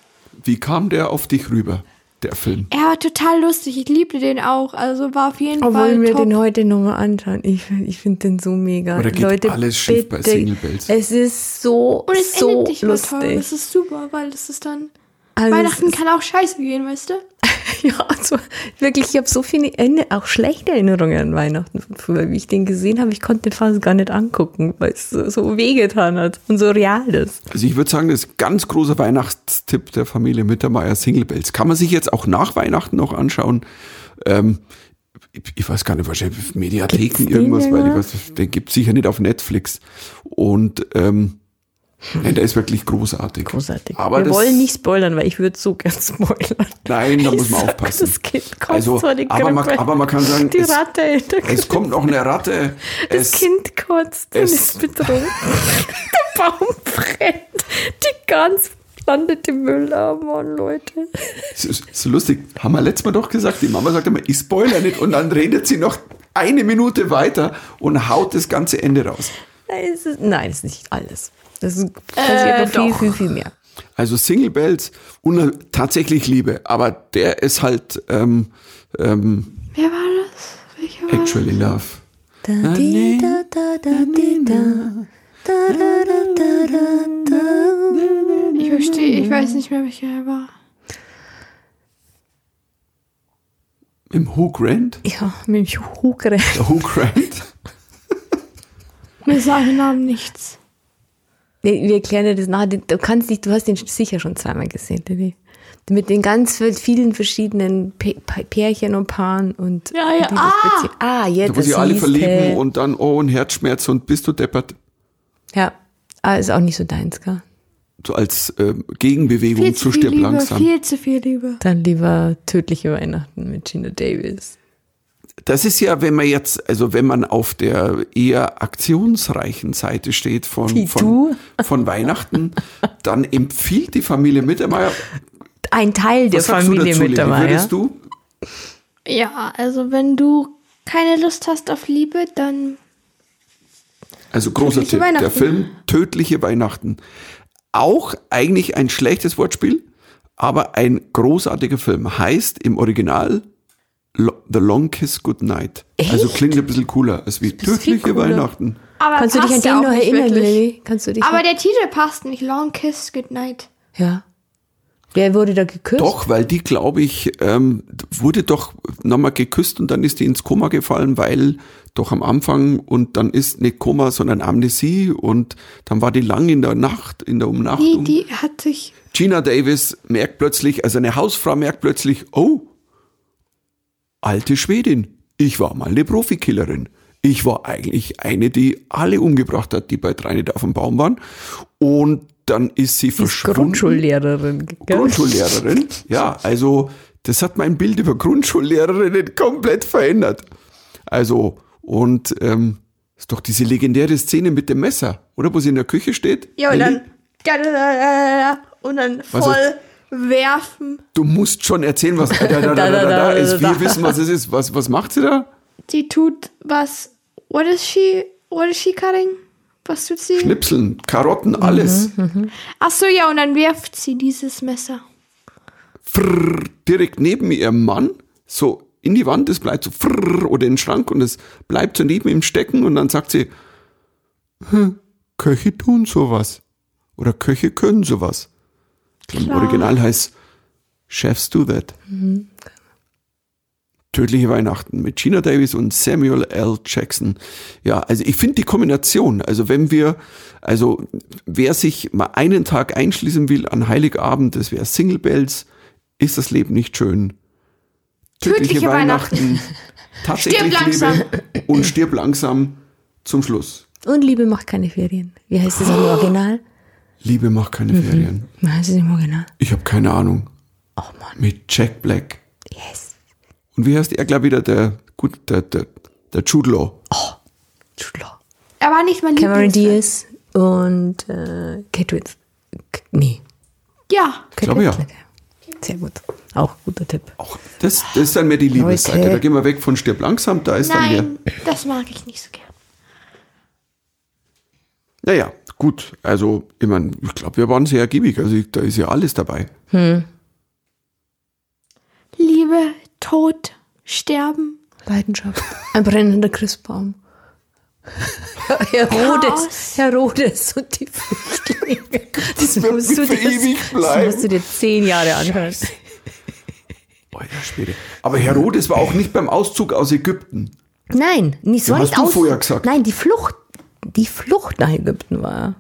Wie kam der auf dich rüber? der Film. Er war total lustig. Ich liebte den auch. Also war auf jeden Fall Obwohl wir top. den heute nochmal anschauen. Ich, find- ich finde den so mega. Aber da geht Leute, alles schief bei bitte. Single Bells. Es ist so, und es so endet nicht mal toll. lustig. Das ist super, weil das ist dann. Also es Weihnachten ist- kann auch scheiße gehen, weißt du? [LAUGHS] Ja, also wirklich, ich habe so viele Ende, auch schlechte Erinnerungen an Weihnachten von früher, wie ich den gesehen habe. Ich konnte den fast gar nicht angucken, weil es so- so wehgetan hat und so real ist. Also ich würde sagen, das ist ein ganz großer Weihnachtstipp der Familie Mittermeier Single Bells. Kann man sich jetzt auch nach Weihnachten noch anschauen. Ähm, ich, ich weiß gar nicht, wahrscheinlich Mediatheken den irgendwas, weil ich irgendwo? weiß, den gibt es sicher nicht auf Netflix. Und ähm, nee, der ist wirklich großartig. Hm. Großartig. Aber Wir das, wollen nicht spoilern, weil ich würde so gern spoilern. Nein, da Ich muss man sag, aufpassen. Das Kind kommt Also, zwar die aber, man, Krippe, aber man kann sagen, die es, Ratte in der Krippe. es kommt noch eine Ratte. [LAUGHS] Das es, Kind kotzt und es- ist betrunken. [LAUGHS] der Baum brennt. Die Gans landet im Müll. Oh Mann, Leute. Es ist, ist lustig, haben wir letztes Mal doch gesagt, die Mama sagt immer, ich spoiler nicht und dann redet sie noch eine Minute weiter und haut das ganze Ende raus. Nein, es ist, nein, es ist nicht alles. Das ist- passiert Äh, noch viel, viel, viel mehr. Also Single Bells und tatsächlich Liebe, aber der ist halt ähm, ähm, Wer war das? Welcher war actually love. Da, di, da, da, da, di, da. Da, da, da, da, da, da. Ich verstehe, ich weiß nicht mehr, welcher er war. Im Hugh Grant? Ja, mit dem Hugre. Der Hugh Grant? Mir sagen den Namen nichts. Nee, wir erklären dir das nachher. Du kannst nicht, du hast den sicher schon zweimal gesehen, Dini. Mit den ganz viel- vielen verschiedenen P P- Pärchen und Paaren und Ja, ja. Liebesbezie- ah, jetzt Da wo sie das alle siehste. verlieben und dann, oh, ein Herzschmerz und bist du deppert. Ja, ah, ist auch nicht so deins, gell? So als ähm, Gegenbewegung Viel zu zu viel stirb Liebe, langsam. viel zu viel Liebe. Dann lieber tödliche Weihnachten mit Gina Davis. Das ist ja, wenn man jetzt, also wenn man auf der eher aktionsreichen Seite steht von, Wie von, du. von Weihnachten, dann empfiehlt die Familie Mittermeier. Ein Teil der Was sagst du Familie dazu, mit Lilly? dabei. Würdest du? Ja, also wenn du keine Lust hast auf Liebe, dann Also großer Tödliche Tipp, der Weihnachten. Film Tödliche Weihnachten. Auch eigentlich ein schlechtes Wortspiel, aber ein großartiger Film. Heißt im Original Lo- The Long Kiss Goodnight. Also klingt ein bisschen cooler als wie Tödliche cooler. Weihnachten. aber Kannst du dich an passt den ja noch auch nicht erinnern, wirklich. Lilly? Kannst du dich Aber der Titel passt nicht. Long Kiss Goodnight. Ja. Wer wurde da geküsst? Doch, weil die, glaube ich, ähm, wurde doch nochmal geküsst und dann ist die ins Koma gefallen, weil doch am Anfang und dann ist nicht Koma, sondern Amnesie und dann war die lang in der Nacht, um in der Die, Umnachtung. die hat sich. Gina Davis merkt plötzlich, also eine Hausfrau merkt plötzlich, oh, alte Schwedin, ich war mal eine Profikillerin. Ich war eigentlich eine, die alle umgebracht hat, die bei drei nicht auf dem Baum waren. Und dann ist sie verschwunden. Grundschullehrerin. gell? Grundschullehrerin. Ja, also das hat mein Bild über Grundschullehrerinnen komplett verändert. Also, und ähm, ist doch diese legendäre Szene mit dem Messer, oder? Wo sie in der Küche steht. Ja, und Elli, dann. da, da, da, da, da, Und dann Was voll werfen. Du musst schon erzählen, [LAUGHS] was da, da, da, da, da, da ist. Wir wissen, was es ist. Was, was macht sie da? Sie tut was. What is she? What is she cutting? Was tut sie? Schnipseln, Karotten, alles. Ach so, ja, und dann wirft sie dieses Messer. Frrrr, direkt neben ihrem Mann, so in die Wand, es bleibt so frrrr, oder in den Schrank und es bleibt so neben ihm stecken und dann sagt sie, hm, Köche tun sowas. Oder Köche können sowas. Im Klar. Original heißt Chefs do that. Tödliche Weihnachten mit Gina Davis und Samuel L. Jackson. Ja, also ich finde die Kombination, also wenn wir, also wer sich mal einen Tag einschließen will an Heiligabend, das wäre Single Bells, ist das Leben nicht schön. Tödliche tatsächlich Stirb langsam. Liebe und stirb langsam zum Schluss. Und Liebe macht keine Ferien. Wie heißt das im Oh. Original? Liebe macht keine Mhm. Ferien. Nein, es ist im Original. Ich habe keine Ahnung. Oh Mann, Mit Jack Black. yes. Und wie heißt er gleich wieder? Der, gut, der, der, der Jude Law. Jude Law. Er war nicht mein Cameron Lieblingsfilm. Diaz und äh, Kate Winslet. K- Nee, Ja. Ich Kate glaube, ja. Winslet, ja. Sehr gut. Auch guter Tipp. Auch das, das ist dann mehr die Liebesseite. Leute. Da gehen wir weg von Stirb langsam, da ist dann mehr. Nein, das mag ich nicht so gern. Naja, gut. Also, ich meine, ich glaube, wir waren sehr ergiebig. Also, ich, da ist ja alles dabei. Liebe, Tod, Sterben, Leidenschaft. [LAUGHS] Ein brennender [LAUGHS] Christbaum. Herodes, Chaos. Herodes und die Flüchtlinge. Das wird musst du für dir- ewig Das bleiben. musst du dir zehn Jahre anhören. Alter Schwede. Aber Herodes war auch nicht beim Auszug aus Ägypten. Nein, nicht so Ja, nicht hast du aus. vorher gesagt. Nein, die Flucht, die Flucht nach Ägypten war.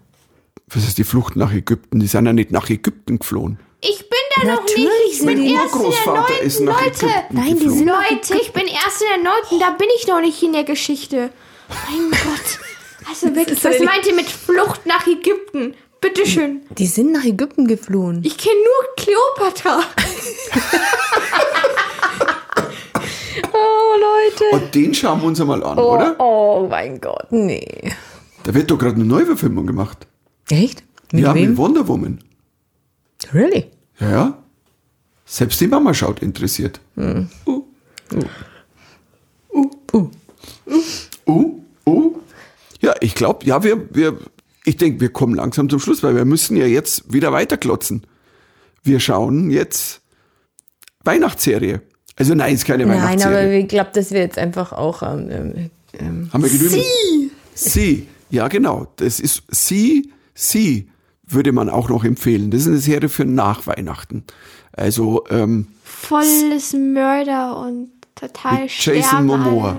Was ist die Flucht nach Ägypten? Die sind ja nicht nach Ägypten geflohen. Ich bin da noch Natürlich nicht. Ich sind bin Mein die- erst in der Urgroßvater ist neunten. nach Leute, Ägypten Nein, die geflohen. sind- Leute, ich bin erst in der neunten. Da bin ich noch nicht in der Geschichte. Mein Gott. Also wirklich, ist was really- meint ihr mit Flucht nach Ägypten? Bitteschön. Die sind nach Ägypten geflohen. Ich kenne nur Kleopatra. Oh, Leute. Und den schauen wir uns einmal an, oder? Oh, mein Gott, nee. Da wird doch gerade eine Neuverfilmung gemacht. Echt? Mit ja, mit wem? Wonder Woman. Really? Ja, ja. Selbst die Mama schaut interessiert. Uh. Uh. Uh. Uh. Uh. Uh. Ja, ich glaube, ja, wir, wir, ich denke, wir kommen langsam zum Schluss, weil wir müssen ja jetzt wieder weiterklotzen. Wir schauen jetzt Weihnachtsserie. Also nein, ist keine Nein, aber Weihnachtsserie. ich glaube, dass wir jetzt einfach auch. Ähm, ähm, ähm, Haben wir genügend? Sie. Sie. Ja, genau. Das ist Sie, Sie würde man auch noch empfehlen. Das ist eine Serie für nach Weihnachten. Also, ähm, Volles Mörder und total Mit Jason sterben Momoa. alle.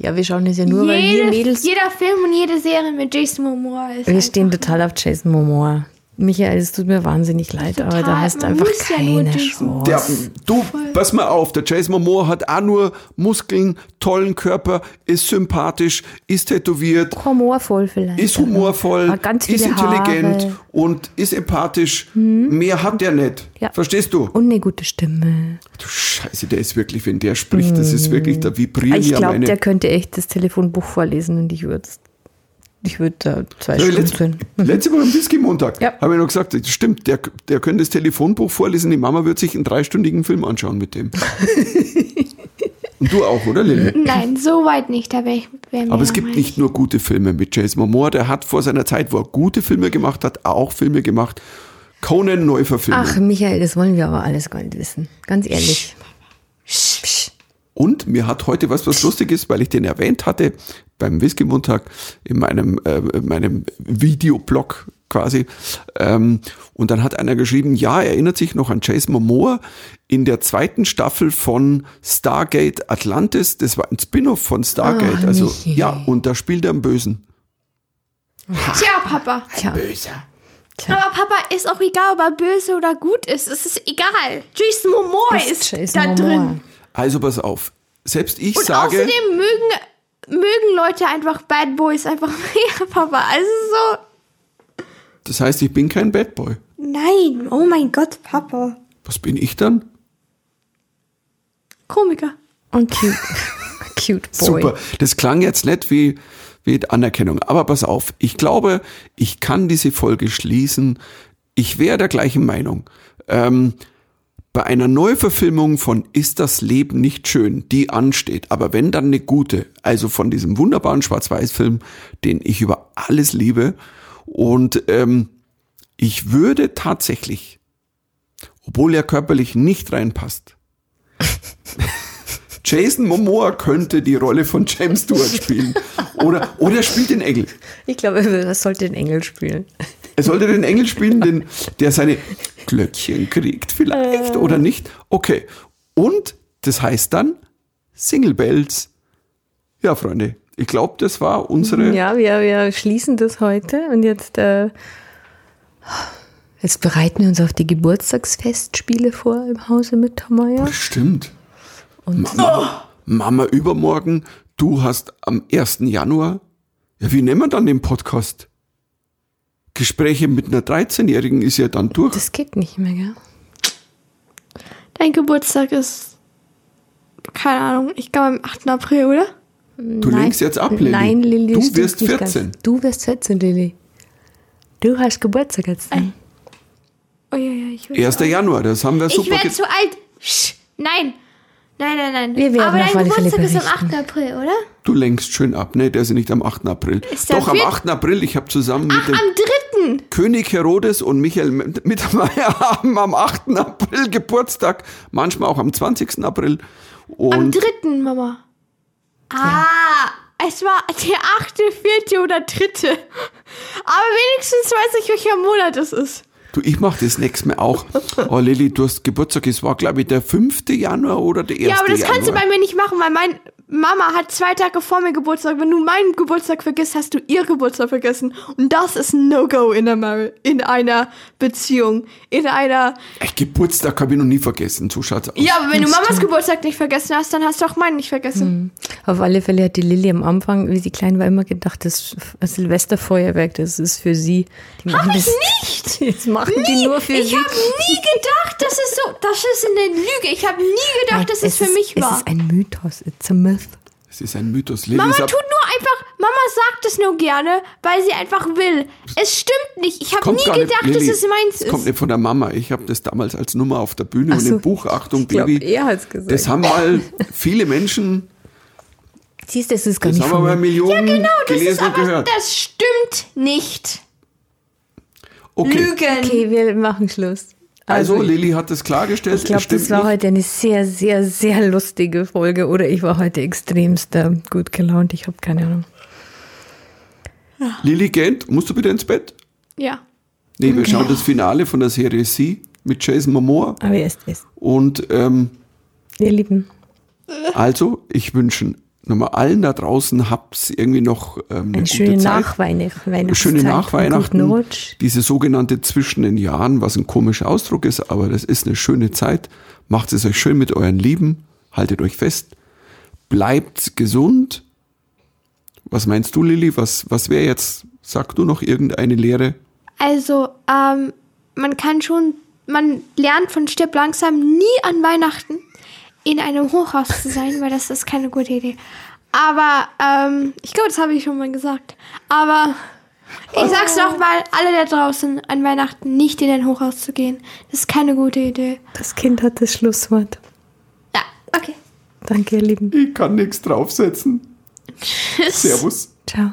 ja, wir schauen das ja nur, weil wir Jede, Mädels. jeder Film und jede Serie mit Jason Momoa ist. Wir halt stehen total auf Jason Momoa. Michael, es tut mir wahnsinnig leid, aber da total- hast du man einfach muss ja nur keine diesen- Chance. Der, du, pass mal auf, der Jason Momoa hat auch nur Muskeln, tollen Körper, ist sympathisch, ist tätowiert, humorvoll vielleicht. ist humorvoll, Aber ganz viele ist intelligent Haare. Hm. und ist empathisch. Mehr hat der nicht. Ja. Verstehst du? Und eine gute Stimme. Du Scheiße, der ist wirklich, wenn der spricht, das ist wirklich, da vibrieren Hm. Ich ja glaube, meine... der könnte echt das Telefonbuch vorlesen und ich würde ich würde da zwei Ja, Stunden letzte, drin. letzte Woche am Whisky-Montag Mhm. Ja. habe ich noch gesagt, das stimmt, der, der könnte das Telefonbuch vorlesen, die Mama wird sich einen dreistündigen Film anschauen mit [LAUGHS] dem. Und du auch, oder Lilly? Nein, so weit nicht. Da wär ich, wär mir Aber es ja gibt mal- nicht nur gute Filme mit Jason Momoa. Der hat vor seiner Zeit, wo er gute Filme gemacht hat, auch Filme gemacht. Conan Neuverfilmung. Ach, Michael, das wollen wir aber alles gar nicht wissen. Ganz ehrlich. Und mir hat heute was, was lustig ist, weil ich den erwähnt hatte beim Whisky-Montag in meinem, äh, in meinem Videoblog quasi. Ähm, und dann hat einer geschrieben, ja, er erinnert sich noch an Jason Momoa in der zweiten Staffel von Stargate Atlantis. Das war ein Spin-off von Stargate. Ah, also, Michi. ja, und da spielt er einen Bösen. Tja, Papa. Tja, Böser. Aber Papa, ist auch egal, ob er böse oder gut ist. Es ist egal. Jason Momoa ist, Jason da Momoa. drin. Also pass auf. Selbst ich Und sage. außerdem mögen, mögen Leute einfach Bad Boys einfach [LAUGHS] mehr, Papa. Also so. Das heißt, ich bin kein Bad Boy. Nein, oh mein Gott, Papa. Was bin ich dann? Komiker. Und cute. [LAUGHS] cute boy. Super. Das klang jetzt nicht wie, wie Anerkennung. Aber pass auf, ich glaube, ich kann diese Folge schließen. Ich wäre der gleichen Meinung. Ähm, bei einer Neuverfilmung von Ist das Leben nicht schön, die ansteht, aber wenn dann eine gute, also von diesem wunderbaren Schwarz-Weiß-Film, den ich über alles liebe. Und ähm, ich würde tatsächlich, obwohl er körperlich nicht reinpasst, Jason Momoa könnte die Rolle von James Stewart spielen. Oder, oder er spielt den Engel. Ich glaube, das sollte den Engel spielen. Er sollte den Engel spielen, den, der seine Glöckchen kriegt, vielleicht oder nicht. Okay. Und das heißt dann Single Bells. Ja, Freunde, ich glaube, das war unsere. Ja, wir, wir schließen das heute und jetzt, äh, jetzt bereiten wir uns auf die Geburtstagsfestspiele vor im Hause mit Tamaya. Stimmt. Mama, Mama, übermorgen, du hast am 1. Januar. Ja, wie nennen wir dann den Podcast? Gespräche mit einer 13-Jährigen ist ja dann durch. Das geht nicht mehr, gell? Dein Geburtstag ist. Keine Ahnung, ich glaube am 8. April, oder? Du lenkst jetzt ab, Lilly. Nein, Lilly. Du stimmt wirst nicht ganz. 14. Du wirst 14, Lilly. Du hast Geburtstag jetzt. ne? Äh. Oh ja, ja, ich will. 1. Januar, das haben wir Ich super. werde ge- zu alt. Sch, nein. Nein, nein, nein. Wir werden Aber auf dein alle Fälle Geburtstag ist am berichten. 8. April, oder? Du lenkst schön ab. Nee, ne? der ist ja nicht am 8. April. Ist der Doch, am vier- Ah, 8. April, ich habe zusammen mit Ach, dem. am 3. Weihnachten. König Herodes und Michael M- [LAUGHS] Mittermeier haben am 8. April Geburtstag, manchmal auch am 20. April. Am Und dritten, Mama. Ah, es war der achte, vierte oder dritte. Aber wenigstens weiß ich, welcher Monat es ist. du, ich mache das nächstes Mal [LAUGHS] auch. Oh, Lilly, du hast Geburtstag, es war, glaube ich, der 5. Januar oder der 1. Ja, aber das kannst du Januar. bei mir nicht machen, weil mein Mama hat zwei Tage vor mir Geburtstag. Wenn du meinen Geburtstag vergisst, hast du ihr Geburtstag vergessen. Und das ist ein No-Go in, einer Mar- in einer Beziehung. In einer. Echt, Geburtstag habe ich noch nie vergessen, so schaut's aus. Ja, aber wenn du Mamas Geburtstag nicht vergessen hast, dann hast du auch meinen nicht vergessen. Auf alle Fälle hat die Lilly am Anfang, wie sie klein war, immer gedacht, das Silvesterfeuerwerk, das ist für sie. Die machen [LAUGHS] das, Nicht! das machen die Nie. nur für ich sie. habe nie gedacht, dass es so. Das ist eine Lüge. Ich habe nie gedacht, dass es, für mich es war. ist ein Mythos, it's a myth. Es ist ein Mythos. Lilly Mama ist ab- tut nur einfach. Mama sagt es nur gerne, weil sie einfach will. Es stimmt nicht. Ich habe Kommt nie gar nicht- gedacht, dass Lilly, es meins es kommt ist. nicht von der Mama. Ich habe das damals als Nummer auf der Bühne und so. im Buch, Achtung, Ich glaube, Baby. er hat es gesagt. Das haben [LAUGHS] mal viele Menschen, Siehst du, das ist gar das nicht haben aber von mir. Millionen Genau, das ist gelesen und aber. gehört. Das stimmt nicht. Okay, Lügen. Okay, wir machen Schluss. also Lilly hat das klargestellt. Ich glaube, es stimmt das war nicht. heute eine sehr, sehr, sehr lustige Folge oder ich war heute extremst äh, gut gelaunt. Ich habe keine Ahnung. Lilly Gent, musst du bitte ins Bett? Ja. Nee, wir schauen das Finale von der Serie Sie mit Jason Momoa. Aber erst ist. Und ähm, Ihr Lieben, also, ich wünsche nochmal allen da draußen, habt's irgendwie noch ähm, eine eine gute schöne Zeit. Nachweihnachtszeit. schöne Nachweihnachten. Guten Rutsch. Diese sogenannte zwischen den Jahren, was ein komischer Ausdruck ist, aber das ist eine schöne Zeit. Macht es euch schön mit euren Lieben, haltet euch fest, bleibt gesund. Was meinst du, Lilly? Was, was wäre jetzt? Sag du noch irgendeine Lehre? Also, ähm, man kann schon, man lernt von Stirb langsam nie an Weihnachten in einem Hochhaus zu sein, weil das ist keine gute Idee. Aber, ähm, ich glaube, das habe ich schon mal gesagt. Aber ich sag's nochmal, alle da draußen an Weihnachten nicht in ein Hochhaus zu gehen. Das ist keine gute Idee. Das Kind hat das Schlusswort. Ja, okay. Danke, ihr Lieben. [LAUGHS] Ich kann nichts draufsetzen. Tschüss. Servus. Ciao.